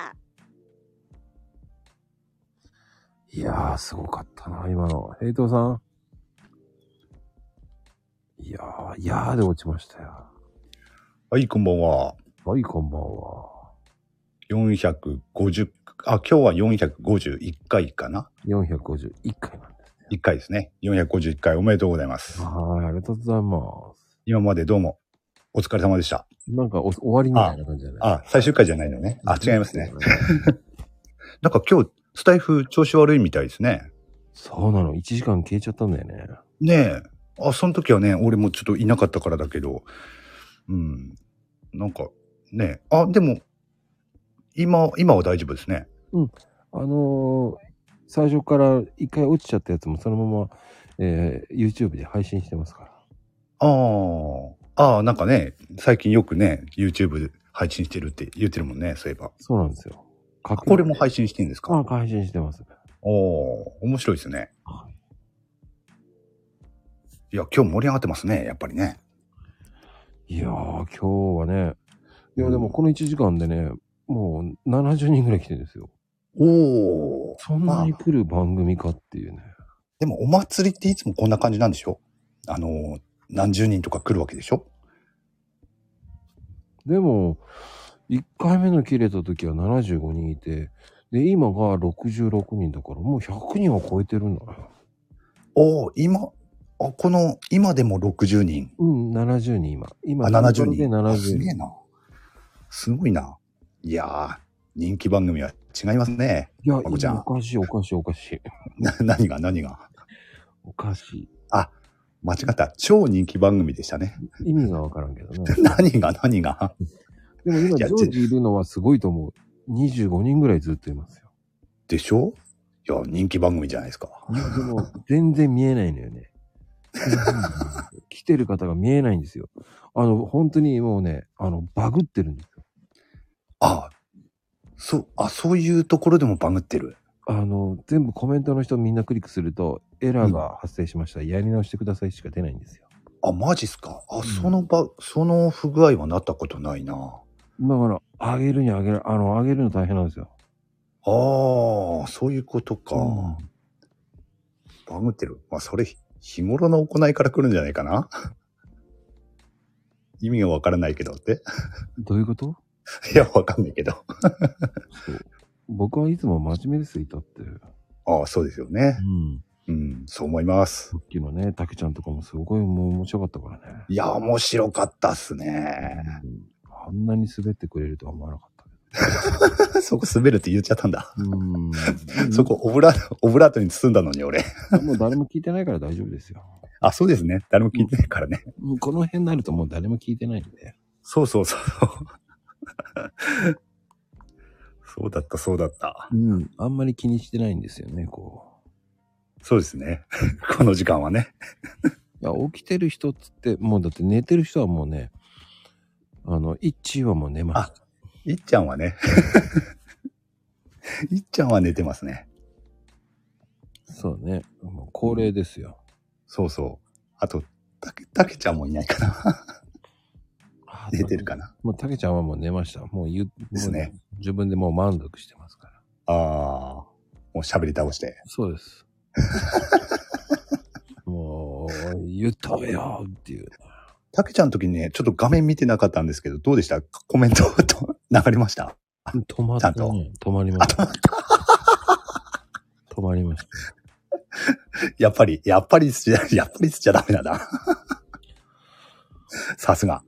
Speaker 16: あ
Speaker 1: いやー、すごかったな、今の。ヘイトさん。いやー、いやーで落ちましたよ。
Speaker 17: はい、こんばんは。
Speaker 1: はい、こんばんは。
Speaker 17: 450、あ、今日は451回かな
Speaker 1: ?451 回な
Speaker 17: で
Speaker 1: ん
Speaker 17: す、ね。1回ですね。451回おめでとうございます。
Speaker 1: はい、ありがとうございます。
Speaker 17: 今までどうも、お疲れ様でした。
Speaker 1: なんかお終わりみたいな感じじゃない
Speaker 17: ああ、最終回じゃないのね。あ、違いますね。 なんか今日、スタイフ調子悪いみたいですね。
Speaker 1: そうなの。1時間消えちゃったんだよね。
Speaker 17: ねえ。あ、その時はね、俺もちょっといなかったからだけど、うん。なんか、ねえ。あ、でも、今、今は大丈夫ですね。
Speaker 1: うん。あのー最初から一回落ちちゃったやつもそのまま、えー YouTube で配信してますから。
Speaker 17: ああ、ああ、なんかね、最近よくね、YouTube で配信してるって言ってるもんね、そういえば。
Speaker 1: そうなんですよ。
Speaker 17: これも配信してるんですか
Speaker 1: あ配信してます。
Speaker 17: おお面白いですね。いや、今日盛り上がってますね、やっぱりね。
Speaker 1: いやー、今日はね、いや、でもこの1時間でね、もう70人ぐらい来てるんですよ。
Speaker 17: おお。
Speaker 1: そんなに来る番組かっていうね。
Speaker 17: でもお祭りっていつもこんな感じなんでしょあのー、何十人とか来るわけでしょ
Speaker 1: でも、1回目の切れた時は75人いて、で、今が66人だから、もう100人は超えてるんだね。
Speaker 17: おお、今、あ、この、今でも60人。
Speaker 1: うん、70人今。今、
Speaker 17: あ、70人。
Speaker 1: で70人。
Speaker 17: すげえな。すごいな。いやー、人気番組は違いますね。
Speaker 1: いや、
Speaker 17: まこちゃん。
Speaker 1: おかしい、おかしい、おかしい。
Speaker 17: な、何が、何が。
Speaker 1: おかしい。
Speaker 17: あ、間違った。超人気番組でしたね。
Speaker 1: 意味がわからんけどね。
Speaker 17: 何が、何が。
Speaker 1: でも今、
Speaker 17: い
Speaker 1: ジ
Speaker 17: や
Speaker 1: ョージいるのはすごいと思う。25人ぐらいずっといますよ。
Speaker 17: でしょいや、人気番組じゃないですか。
Speaker 1: いやでも、全然見えないのよね。来てる方が見えないんですよ。あの、本当にもうね、あの、バグってるんですよ。
Speaker 17: そう、あ、そういうところでもバグってる。
Speaker 1: あの、全部コメントの人みんなクリックすると、エラーが発生しました。やり直してくださいしか出ないんですよ。
Speaker 17: あ、マジっすか。あ、その場、その不具合はなったことないな。
Speaker 1: だから、上げるに上げる、あの、上げるの大変なんですよ。
Speaker 17: ああ、そういうことか。バグってる。まあ、それ、日頃の行いから来るんじゃないかな 意味がわからないけどって。
Speaker 1: どういうこと
Speaker 17: いや、わかんないけど。
Speaker 1: 僕はいつも真面目ですよ、いたって。
Speaker 17: ああ、そうですよね。。
Speaker 1: うん
Speaker 17: そう思います。
Speaker 1: さっきのね、たけちゃんとかもすごいもう面白かったからね。
Speaker 17: いや、面白かったっすね。
Speaker 1: あんなに滑ってくれるとは思わなかっ
Speaker 17: そこ滑るって言っちゃったんだ。
Speaker 1: ん
Speaker 17: そこオブラ、オブラートに包んだのに俺。
Speaker 1: た。もう誰も聞いてないから大丈夫ですよ。
Speaker 17: あ、そうですね。誰も聞いてないからね。
Speaker 1: もうこの辺になるともう誰も聞いてないんで。
Speaker 17: そうそうそう。そうだった、そうだった。
Speaker 1: うん。あんまり気にしてないんですよね、こ
Speaker 17: そうですね。 この時間はね。
Speaker 1: う。いや、起きてる人っつって、もうだって寝てる人はもうね、あの、一はもう寝ました。
Speaker 17: いっちゃんはね。 いっちゃんは寝てますね。
Speaker 1: そうね。もう高齢ですよ。
Speaker 17: そうそう。あと、たけ、たけちゃんもいないかな。寝てるかな。
Speaker 1: もうたけちゃんはもう寝ました。もう言う、
Speaker 17: ですね
Speaker 1: もう自分でもう満足してますから。
Speaker 17: ああ、もう喋り倒して。
Speaker 1: そうです。 もう、言ったわよっていう。
Speaker 17: たけちゃんの時にね、ちょっと画面見てなかったんですけど、どうでしたコメントと流れました
Speaker 1: 止まっ
Speaker 17: ちゃ
Speaker 1: た、
Speaker 17: んと。
Speaker 1: ね。止まりました。止まりました。
Speaker 17: やっぱり、やっぱりし、やっぱりしちゃダメだな。さすが。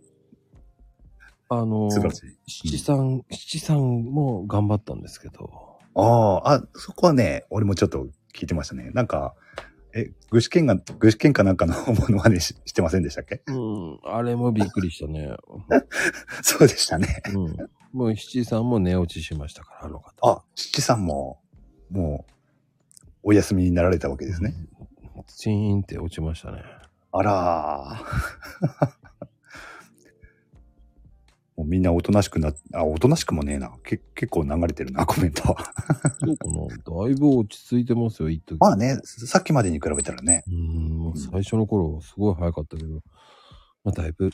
Speaker 1: あの
Speaker 17: 素晴らし
Speaker 1: ー、七三、七三も頑張ったんですけど、
Speaker 17: ああ、あ、そこはね、俺もちょっと聞いてましたね。なんか、え、具志堅が、具志堅かなんかのものまねししてませんでしたっけ
Speaker 1: うん、あれもびっくりしたね。
Speaker 17: そうでしたね。
Speaker 1: うん。もう七三も寝落ちしましたから、あの方。
Speaker 17: あ、七さんも、もう、お休みになられたわけですね。
Speaker 1: チーンって落ちましたね。
Speaker 17: あらー もうみんなおとなしくな、あ、おとなしくもねえな。け結構流れてるな、コメントは。
Speaker 1: そうかな。だいぶ落ち着いてますよ、一時。
Speaker 17: まあね、さっきまでに比べたらね。
Speaker 1: うん、もう最初の頃はすごい早かったけど、まあだいぶ、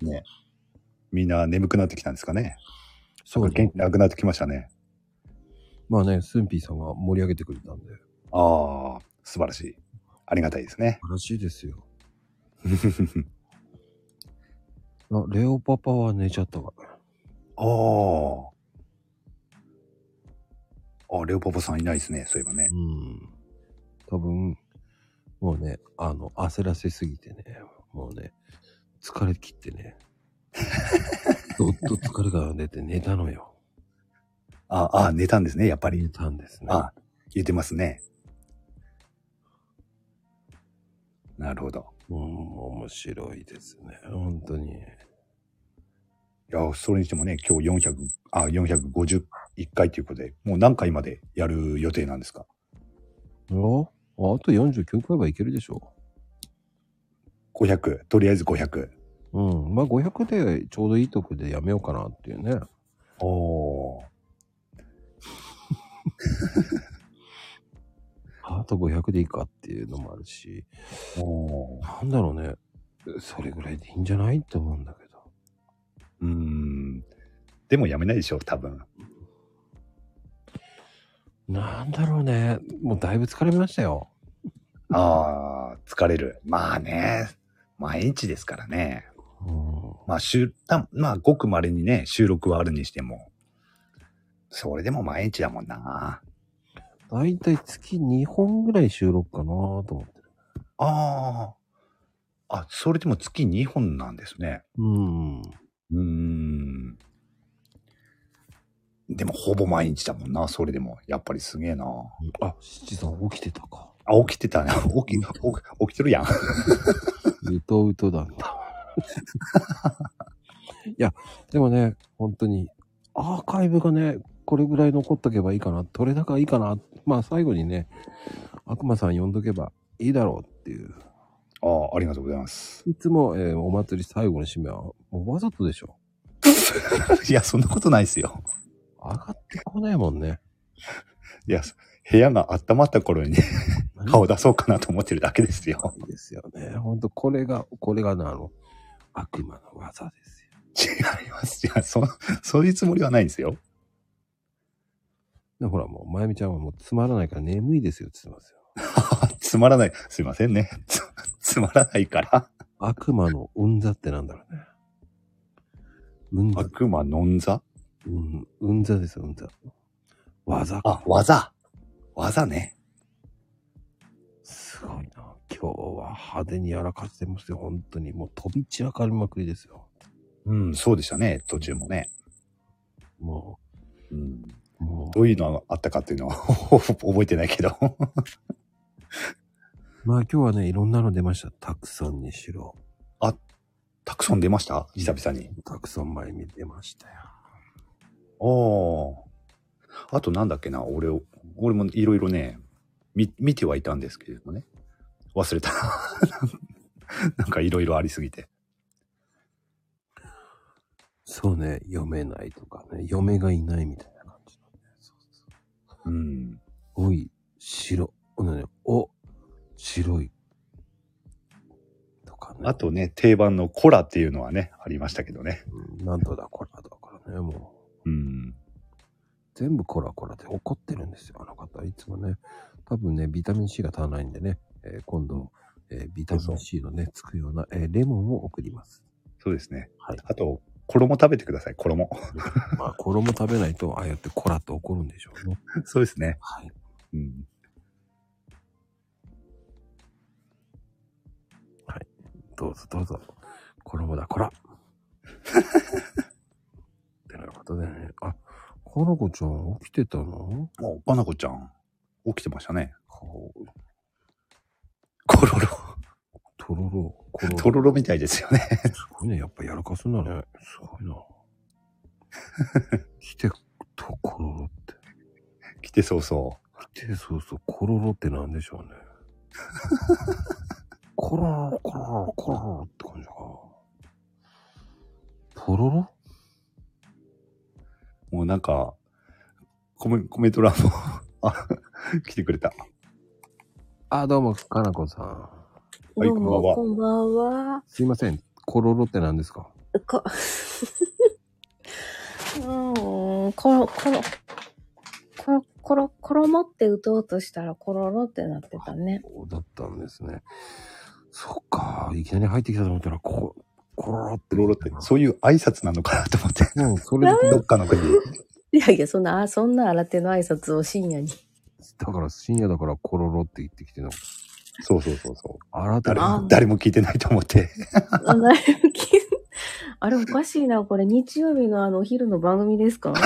Speaker 17: ね。みんな眠くなってきたんですかね。。
Speaker 1: そう
Speaker 17: 元気なくなってきましたね。
Speaker 1: まあね、スンピーさんが盛り上げてくれたんで。
Speaker 17: ああ、素晴らしい。ありがたいですね。
Speaker 1: 素晴らしいですよ。あレオパパは寝ちゃったわ。
Speaker 17: ああ。あ、レオパパさんいないですね、そういえばね。
Speaker 1: うん。多分、もうね、あの、焦らせすぎてね、もうね、疲れ切っ てね、どっと疲れが出て寝たのよ。
Speaker 17: ああ、寝たんですね、やっぱり。寝
Speaker 1: たんですね。
Speaker 17: あ言ってますね。なるほど。
Speaker 1: うん、面白いですね、本当に。
Speaker 17: いや、それにしてもね、今日400、あ、451回ということで、もう何回までやる予定なんですか
Speaker 1: おあと49回はいけるでしょ
Speaker 17: 500、とりあえず500。
Speaker 1: う。うん。まあ500でちょうどいいとこでやめようかなっていうね。
Speaker 18: おお。
Speaker 1: あと500でいいかっていうのもあるし。
Speaker 18: お
Speaker 1: なんだろうね。それぐらいでいいんじゃないって思うんだけど。
Speaker 17: うーん。でもやめないでしょ、多分。
Speaker 1: なんだろうね。もうだいぶ疲れましたよ。
Speaker 17: ああ、疲れる。まあね、毎日ですからね。まあ、週、たまあ、ごく稀にね、収録はあるにしても。それでも毎日だもんな。
Speaker 1: だいたい月2本ぐらい収録かなと思って。
Speaker 17: ああ。あ、それでも月2本なんですね。
Speaker 1: うん。う
Speaker 17: ーん。でも、ほぼ毎日だもんな、それでも。やっぱりすげえな。
Speaker 1: あ、七さん起きてたか。
Speaker 17: あ、起きてた ね。起き、起き起きてるやん。
Speaker 1: うとうとだった。いや、でもね、本当に、アーカイブがね、これぐらい残っとけばいいかな、取れ高いいかな、まあ最後にね、悪魔さん呼んどけばいいだろうっていう。
Speaker 17: ああ、ありがとうございます。
Speaker 1: いつも、えーお祭り最後の締めは、もうわざとでしょ。
Speaker 17: いや、そんなことないですよ。
Speaker 1: 上がってこないもんね。
Speaker 17: いや、部屋が温まった頃 にね、顔出そうかなと思ってるだけですよ。
Speaker 1: ですよね。ほんと、これが、これがな、あの、悪魔の技です。
Speaker 17: 違います。いや、そ、そういうつもりはないんですよ。
Speaker 1: でほら、もう、まゆみちゃんはもうつまらないから眠いですよって言ってま すよ。
Speaker 17: つまらない。すいませんね。つ、つまらないから。
Speaker 1: 悪魔のうんざってなんだろうね。
Speaker 17: 悪魔のんざ
Speaker 1: うん、うんざですよ、うんざ。技
Speaker 17: あ、技。技ね。
Speaker 1: すごいな。今日は派手にやらかしてますよ、本当に。もう飛び散らかりまくりですよ。
Speaker 17: うん、そうでしたね。途中もね。
Speaker 1: も
Speaker 17: う。うん。どういうのがあったかっていうのは 覚えてないけど。
Speaker 1: まあ今日はね、いろんなの出ました。たくさんにしろ。
Speaker 17: あ、たくさん出ました久々に。
Speaker 1: たくさん前に出ましたよ。
Speaker 17: おあとなんだっけな、俺を、俺もいろいろね、み、見てはいたんですけれどもね。忘れた。 なんかいろいろありすぎて。
Speaker 1: そうね、読めないとかね、嫁がいないみたいな感じ
Speaker 17: のね。うん。
Speaker 1: おい、白、なね、お、白い。
Speaker 17: あとね、定番のコラっていうのはね、ありましたけどね。
Speaker 1: なんとだ、コラだからね、も
Speaker 17: う。うん。
Speaker 1: 全部コラコラで怒ってるんですよ、あの方。いつもね、多分ね、ビタミン C が足らないんでね、えー今度、えービタミン C のね、つくような、えーレモンを送ります。
Speaker 17: そうですね。あと、衣食べてください、衣。
Speaker 1: まあ、衣食べないと、ああやってコラって怒るんでしょうね。
Speaker 17: そうですね。
Speaker 1: はい。
Speaker 17: うん。
Speaker 1: はい。どうぞどうぞ。衣だ、コ ラ。ってなことでね、あ、かなこちゃん起きてたの
Speaker 17: あ、かなこちゃん、起きてましたね。
Speaker 1: コロロ。コロロ。
Speaker 17: とろろみたいですよね。
Speaker 1: すごいね、やっぱやらかすんだね。すごいな。 来て、と、コロロって。
Speaker 17: 来てそうそう。
Speaker 1: 来てそうそう、コロロってなんでし ょうね。コロロ、コロロ、コロロって感じか。ポロロ
Speaker 17: もうなんか、コメコメント欄もあ、来てくれた。
Speaker 1: あ、どうも、かなこさん。
Speaker 17: はい、こんばんは。
Speaker 19: こんばんは。
Speaker 1: すいません、コロロって何ですか
Speaker 19: こ、 うーん、ころ、ころ、ころ、ころ、衣って打とうとしたら、コロロってなってたね。
Speaker 1: そうだったんですね。そっか、いきなり入ってきたと思ったら、こ、コロロって。
Speaker 17: ロロって、そういう挨拶なのかなと思って。
Speaker 1: うん、そ
Speaker 17: れどっかの国。
Speaker 19: いやいや、そんな、あそんな新手の挨拶を深夜に。
Speaker 1: だから深夜だからコロロって言ってきての。
Speaker 17: そうそうそうそう。
Speaker 1: あら
Speaker 17: 誰も、誰も聞いてないと思 って。
Speaker 19: あなる気あれ、おかしいな。これ、日曜日のあの、お昼の番組ですか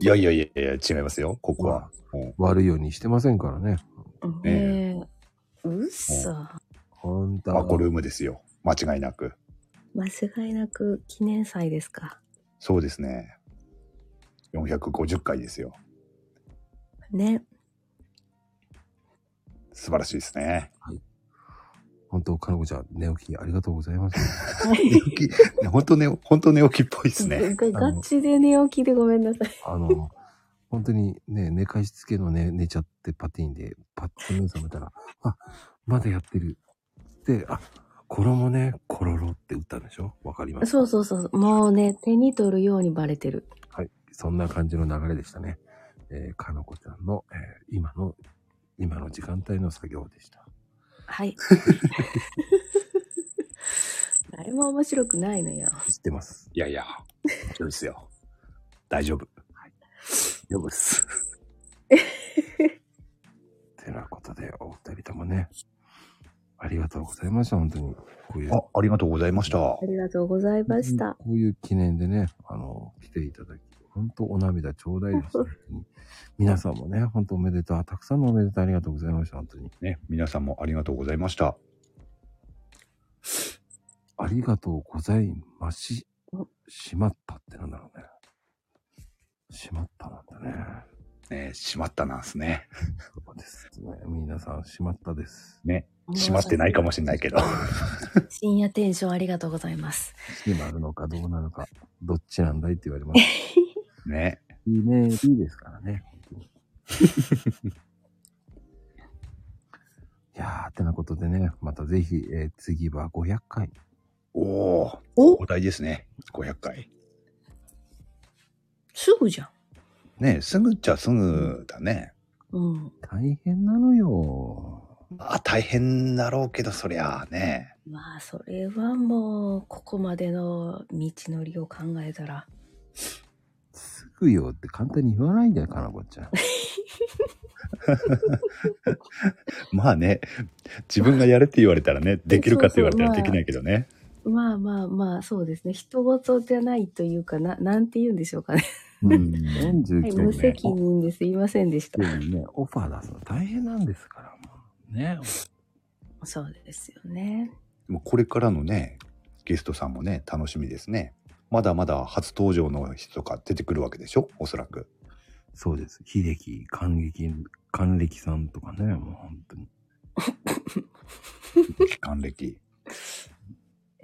Speaker 17: いやいやいやいや、違いますよ、ここは。
Speaker 1: 悪いようにしてませんからね。
Speaker 19: ねえ。うっそ。
Speaker 1: ほんと。
Speaker 17: マコルームですよ。間違いなく。
Speaker 19: 間違いなく記念祭ですか。
Speaker 17: そうですね。450回ですよ。
Speaker 19: ね。
Speaker 17: 素晴らしいですね。
Speaker 1: 本当、かのこちゃん、寝起きありがとうございます。
Speaker 14: 寝
Speaker 17: 起き、本当ね、本当寝起きっぽいですね。
Speaker 14: がガチで寝起きでごめんなさい。
Speaker 1: あの、本当にね、寝かしつけのね、寝ちゃってパティンで、パッと目覚めたら、あ、まだやってる。で、あ、衣ね、コロロって打ったんでしょわかります
Speaker 14: そうそうそう。もうね、手に取るようにバレてる。
Speaker 1: はい。そんな感じの流れでしたね。えー、かのこちゃんの、えー今の、今の時間帯の作業でした。
Speaker 14: はい。誰も面白くないのよ。
Speaker 1: 知っ てます。
Speaker 17: いやいや、大丈夫ですよ。大丈夫。大丈夫です。
Speaker 1: てなことで、お二人ともね、ありがとうございました、本当に。こういう。
Speaker 17: あ、ありがとうございました。
Speaker 14: ありがとうございました。
Speaker 1: こういう記念でね、あの、来ていただき、本当お涙ちょうだいです。 本当に皆さんもね、本当おめでとう。たくさんのおめでとうありがとうございました、本当に。
Speaker 17: ね、皆さんもありがとうございました。
Speaker 1: ありがとうございまし、しまったってなんだろうね。しまったなんだね。
Speaker 17: ね、しまったなんすね。
Speaker 1: そうですね。皆さん、しまったです。
Speaker 17: ね、しまってないかもしれないけど。
Speaker 14: 深夜テンションありがとうございます。
Speaker 1: 今あるのかどうなのか、どっちなんだいって言われま す。
Speaker 17: ね。
Speaker 1: いいね、いいですからね。本当にいやー、てなことでね、またぜひ、えー次は500回。
Speaker 17: おー、お題ですね。500回。
Speaker 14: すぐじゃん。
Speaker 17: ね、すぐっちゃすぐだね。
Speaker 14: うん。
Speaker 1: 大変なのよ。
Speaker 17: あ、大変だろうけど、そりゃあね。
Speaker 14: まあ、それはもう、ここまでの道のりを考えたら。
Speaker 1: すぐよって簡単に言わないんだよ、かなこちゃん。
Speaker 17: まあね、自分がやれって言われたらね、できるかって言われたら
Speaker 14: そうそ
Speaker 17: で
Speaker 14: う
Speaker 17: きないけどね。
Speaker 14: まあまあまあ、そうですね。人事じゃないというかな、なんて言うんでしょうかね。
Speaker 1: う ん、
Speaker 14: はい、
Speaker 1: 49
Speaker 14: 無
Speaker 1: 年ね。
Speaker 14: 責任ですいませんでした。
Speaker 1: ね、オファー出すの大変なんですから、もう。ね。
Speaker 14: そうですよ ね。
Speaker 17: でもこれからのね、ゲストさんもね、楽しみですね。まだまだ初登場の人とか出てくるわけでしょおそらく。
Speaker 1: そうです。秀樹、還暦、還暦さんとかね、もう本当に。
Speaker 17: 還暦。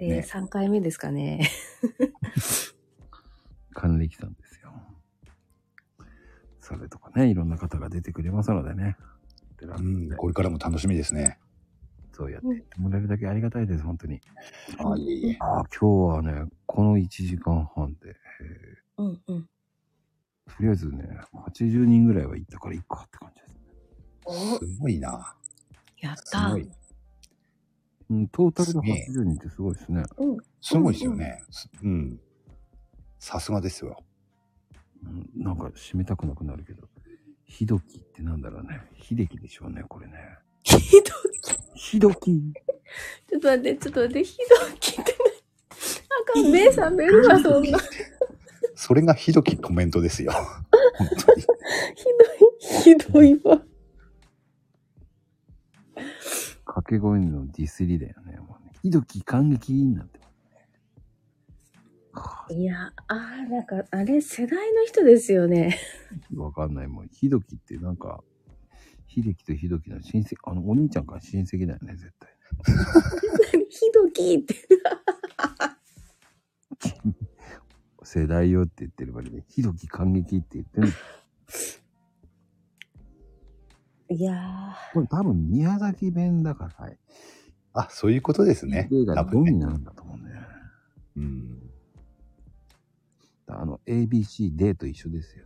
Speaker 14: えー3回目ですか ね。
Speaker 1: 還暦さんですよ。それとかね、いろんな方が出てくれますのでね。
Speaker 17: うん、これからも楽しみですね。
Speaker 1: そうやって言ってもらえるだけありがたいです、本当に。
Speaker 17: あ、いえいえ。
Speaker 1: あ、今日はね、この1時間半で、
Speaker 14: うんうん。
Speaker 1: とりあえずね、80人ぐらいは行ったからいいかって感じです。
Speaker 14: お
Speaker 17: すごいな。
Speaker 14: やった。
Speaker 1: うん、トータルの80人ってすごいですね。
Speaker 14: うん
Speaker 17: すごいですよね。うん。さすがですよ。
Speaker 1: うんなんか締めたくなくなるけど。ひどきってなんだろうね。秀樹でしょうね、これね。
Speaker 14: ひど
Speaker 1: き。ひどき。
Speaker 14: ちょっと待って、ちょっと待って、ひどきってあかん、目覚めるわ、そん な。
Speaker 17: それがひどきコメントですよ。
Speaker 14: ひどい、ひどいわ。
Speaker 1: 掛け声のディスりだよね。もうねひどき、感激になって。
Speaker 14: いや、あー、なんか、あれ、世代の人ですよね。
Speaker 1: わかんない。もう、ひどきってなんか、秀樹とひどきの親戚、あの、お兄ちゃんから親戚だよね、絶対。
Speaker 14: ひどきって。
Speaker 1: 世代よって言ってる場合で、ひどき感激って言ってる。
Speaker 14: いやー。
Speaker 1: これ多分宮崎弁だから、はい。
Speaker 17: あ、そういうことですね。
Speaker 1: がドになるんだと思うんだよね。
Speaker 17: うん。
Speaker 1: あの、ABC、D と一緒ですよ。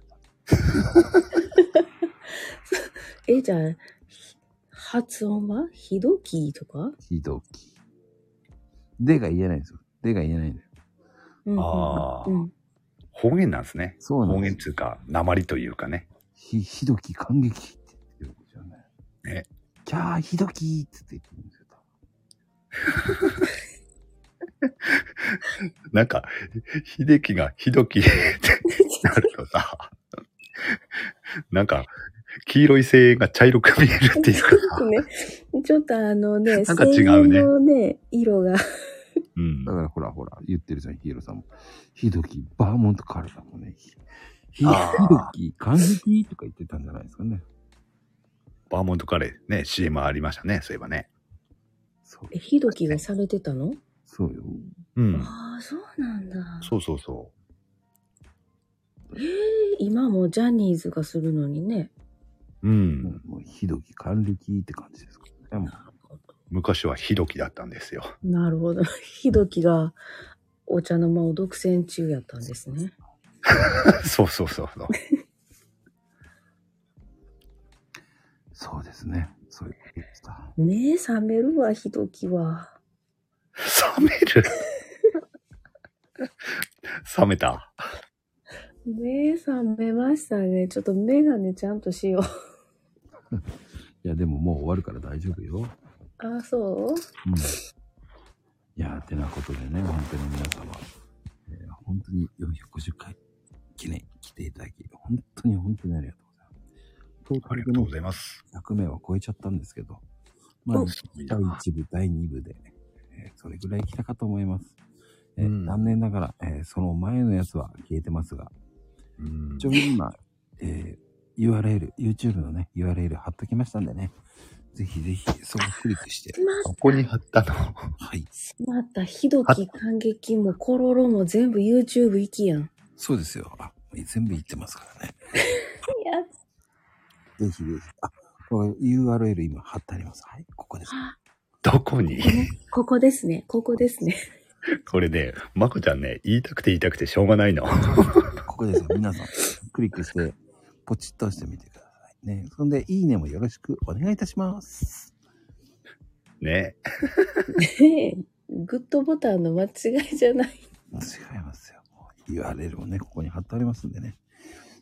Speaker 14: えじゃん、発音はひどきとか
Speaker 1: ひどき。でが言えないんですよ。でが言えないんだよ。
Speaker 14: うんうん
Speaker 17: ああ
Speaker 14: うん
Speaker 17: 方言なんですね。方言というか、鉛というかね。
Speaker 1: ひ、ひどき感激って言ってるじゃない。
Speaker 17: ね。
Speaker 1: キャー、ひどきって言ってるんですよ。
Speaker 17: なんか、秀樹がひどきってなるとさ、なんか、黄色い声援が茶色く見えるっていうかさ、
Speaker 14: ね、ちょっとあのね、
Speaker 17: なんか違うね
Speaker 14: 声援のね、色が。
Speaker 17: うん。
Speaker 1: だからほらほら、言ってるじゃん、ヒーローさんも。ひどき、バーモントカルだもんね。ひひ
Speaker 17: あー
Speaker 1: ひどき、感激とか言ってたんじゃないですかね。
Speaker 17: バーモントカレーね、CM ありましたね、そういえばね。
Speaker 14: え、ひどきがされてたの
Speaker 17: そうよ。うん。
Speaker 14: ああ、そうなんだ。
Speaker 17: そうそうそ
Speaker 14: ええ今もジャニーズがするのにね。
Speaker 17: う。うん。もう、ひどき還暦って感じですかね。もう昔はひどきだったんですよ。
Speaker 14: なるほど。 ひどきがお茶の間を独占中やったんですね。
Speaker 17: そうそうそうそう。そうですね。そういうことでした。
Speaker 14: ねえ、冷めるわ、ひどきは。
Speaker 17: 冷める冷めた。
Speaker 14: ねえ、冷めましたね。ちょっとメガネちゃんとしよう。
Speaker 1: いや、でももう終わるから大丈夫よ。
Speaker 14: ああ、そう
Speaker 1: うん。いやー、てなことでね、本当に皆様、えー本当に450回記念来ていただき、本当に本当にありがとうございます。ありがとうございます。100名は超えちゃったんですけど、まあ、
Speaker 20: うん
Speaker 1: 第1部、第2部で、えーそれぐらい来たかと思います。えー残念ながら、えーその前のやつは消えてますが、一応今、えー URL、YouTube のね、URL 貼っときましたんでね、ぜひぜひ、そこクリックして。ここに貼ったの。はい。
Speaker 14: また、ひどき、感激も、コロロも全部 YouTube 行きやん。や
Speaker 1: そうですよ。あ、全部言ってますからね。
Speaker 14: っ
Speaker 1: ぜひぜひ。あ、これ URL 今貼ってあります。はい、ここです。
Speaker 17: どこ に
Speaker 14: ここですね。ここですね。
Speaker 17: これね、まこちゃんね、言いたくて言いたくてしょうがないの。
Speaker 1: ここですよ。皆さん、クリックして、ポチッと押してみてくださいね。そんで、いいねもよろしくお願いいたします。
Speaker 17: ね。
Speaker 14: ねえ、グッドボタンの間違いじゃない。
Speaker 1: 違いますよ。URL もね、ここに貼ってありますんでね。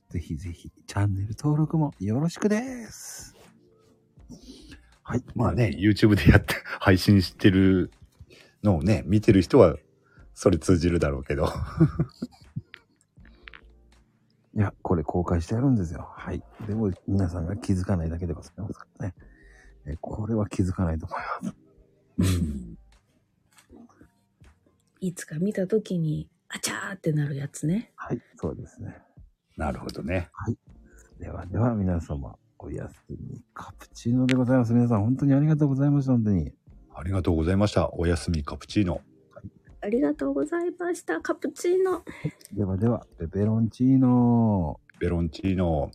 Speaker 1: ぜひぜひ、チャンネル登録もよろしくです。はい。
Speaker 17: まあね、YouTube でやって、配信してるのをね、見てる人は、それ通じるだろうけど。
Speaker 1: いや、これ公開してあるんですよ。はい。でも、皆さんが気づかないだけでございますからね。えこれは気づかないと思います。
Speaker 14: いつか見たときに、あちゃーってなるやつね。
Speaker 1: はい、そうですね。
Speaker 17: なるほどね。
Speaker 1: はい。ではでは皆様、おやすみカプチーノでございます。皆さん、本当にありがとうございました。本当に。
Speaker 17: ありがとうございました。おやすみカプチーノ。
Speaker 14: ありがとうございました。カプチーノ。
Speaker 1: ではでは、ペペロンチーノ。
Speaker 17: ペペロンチーノ。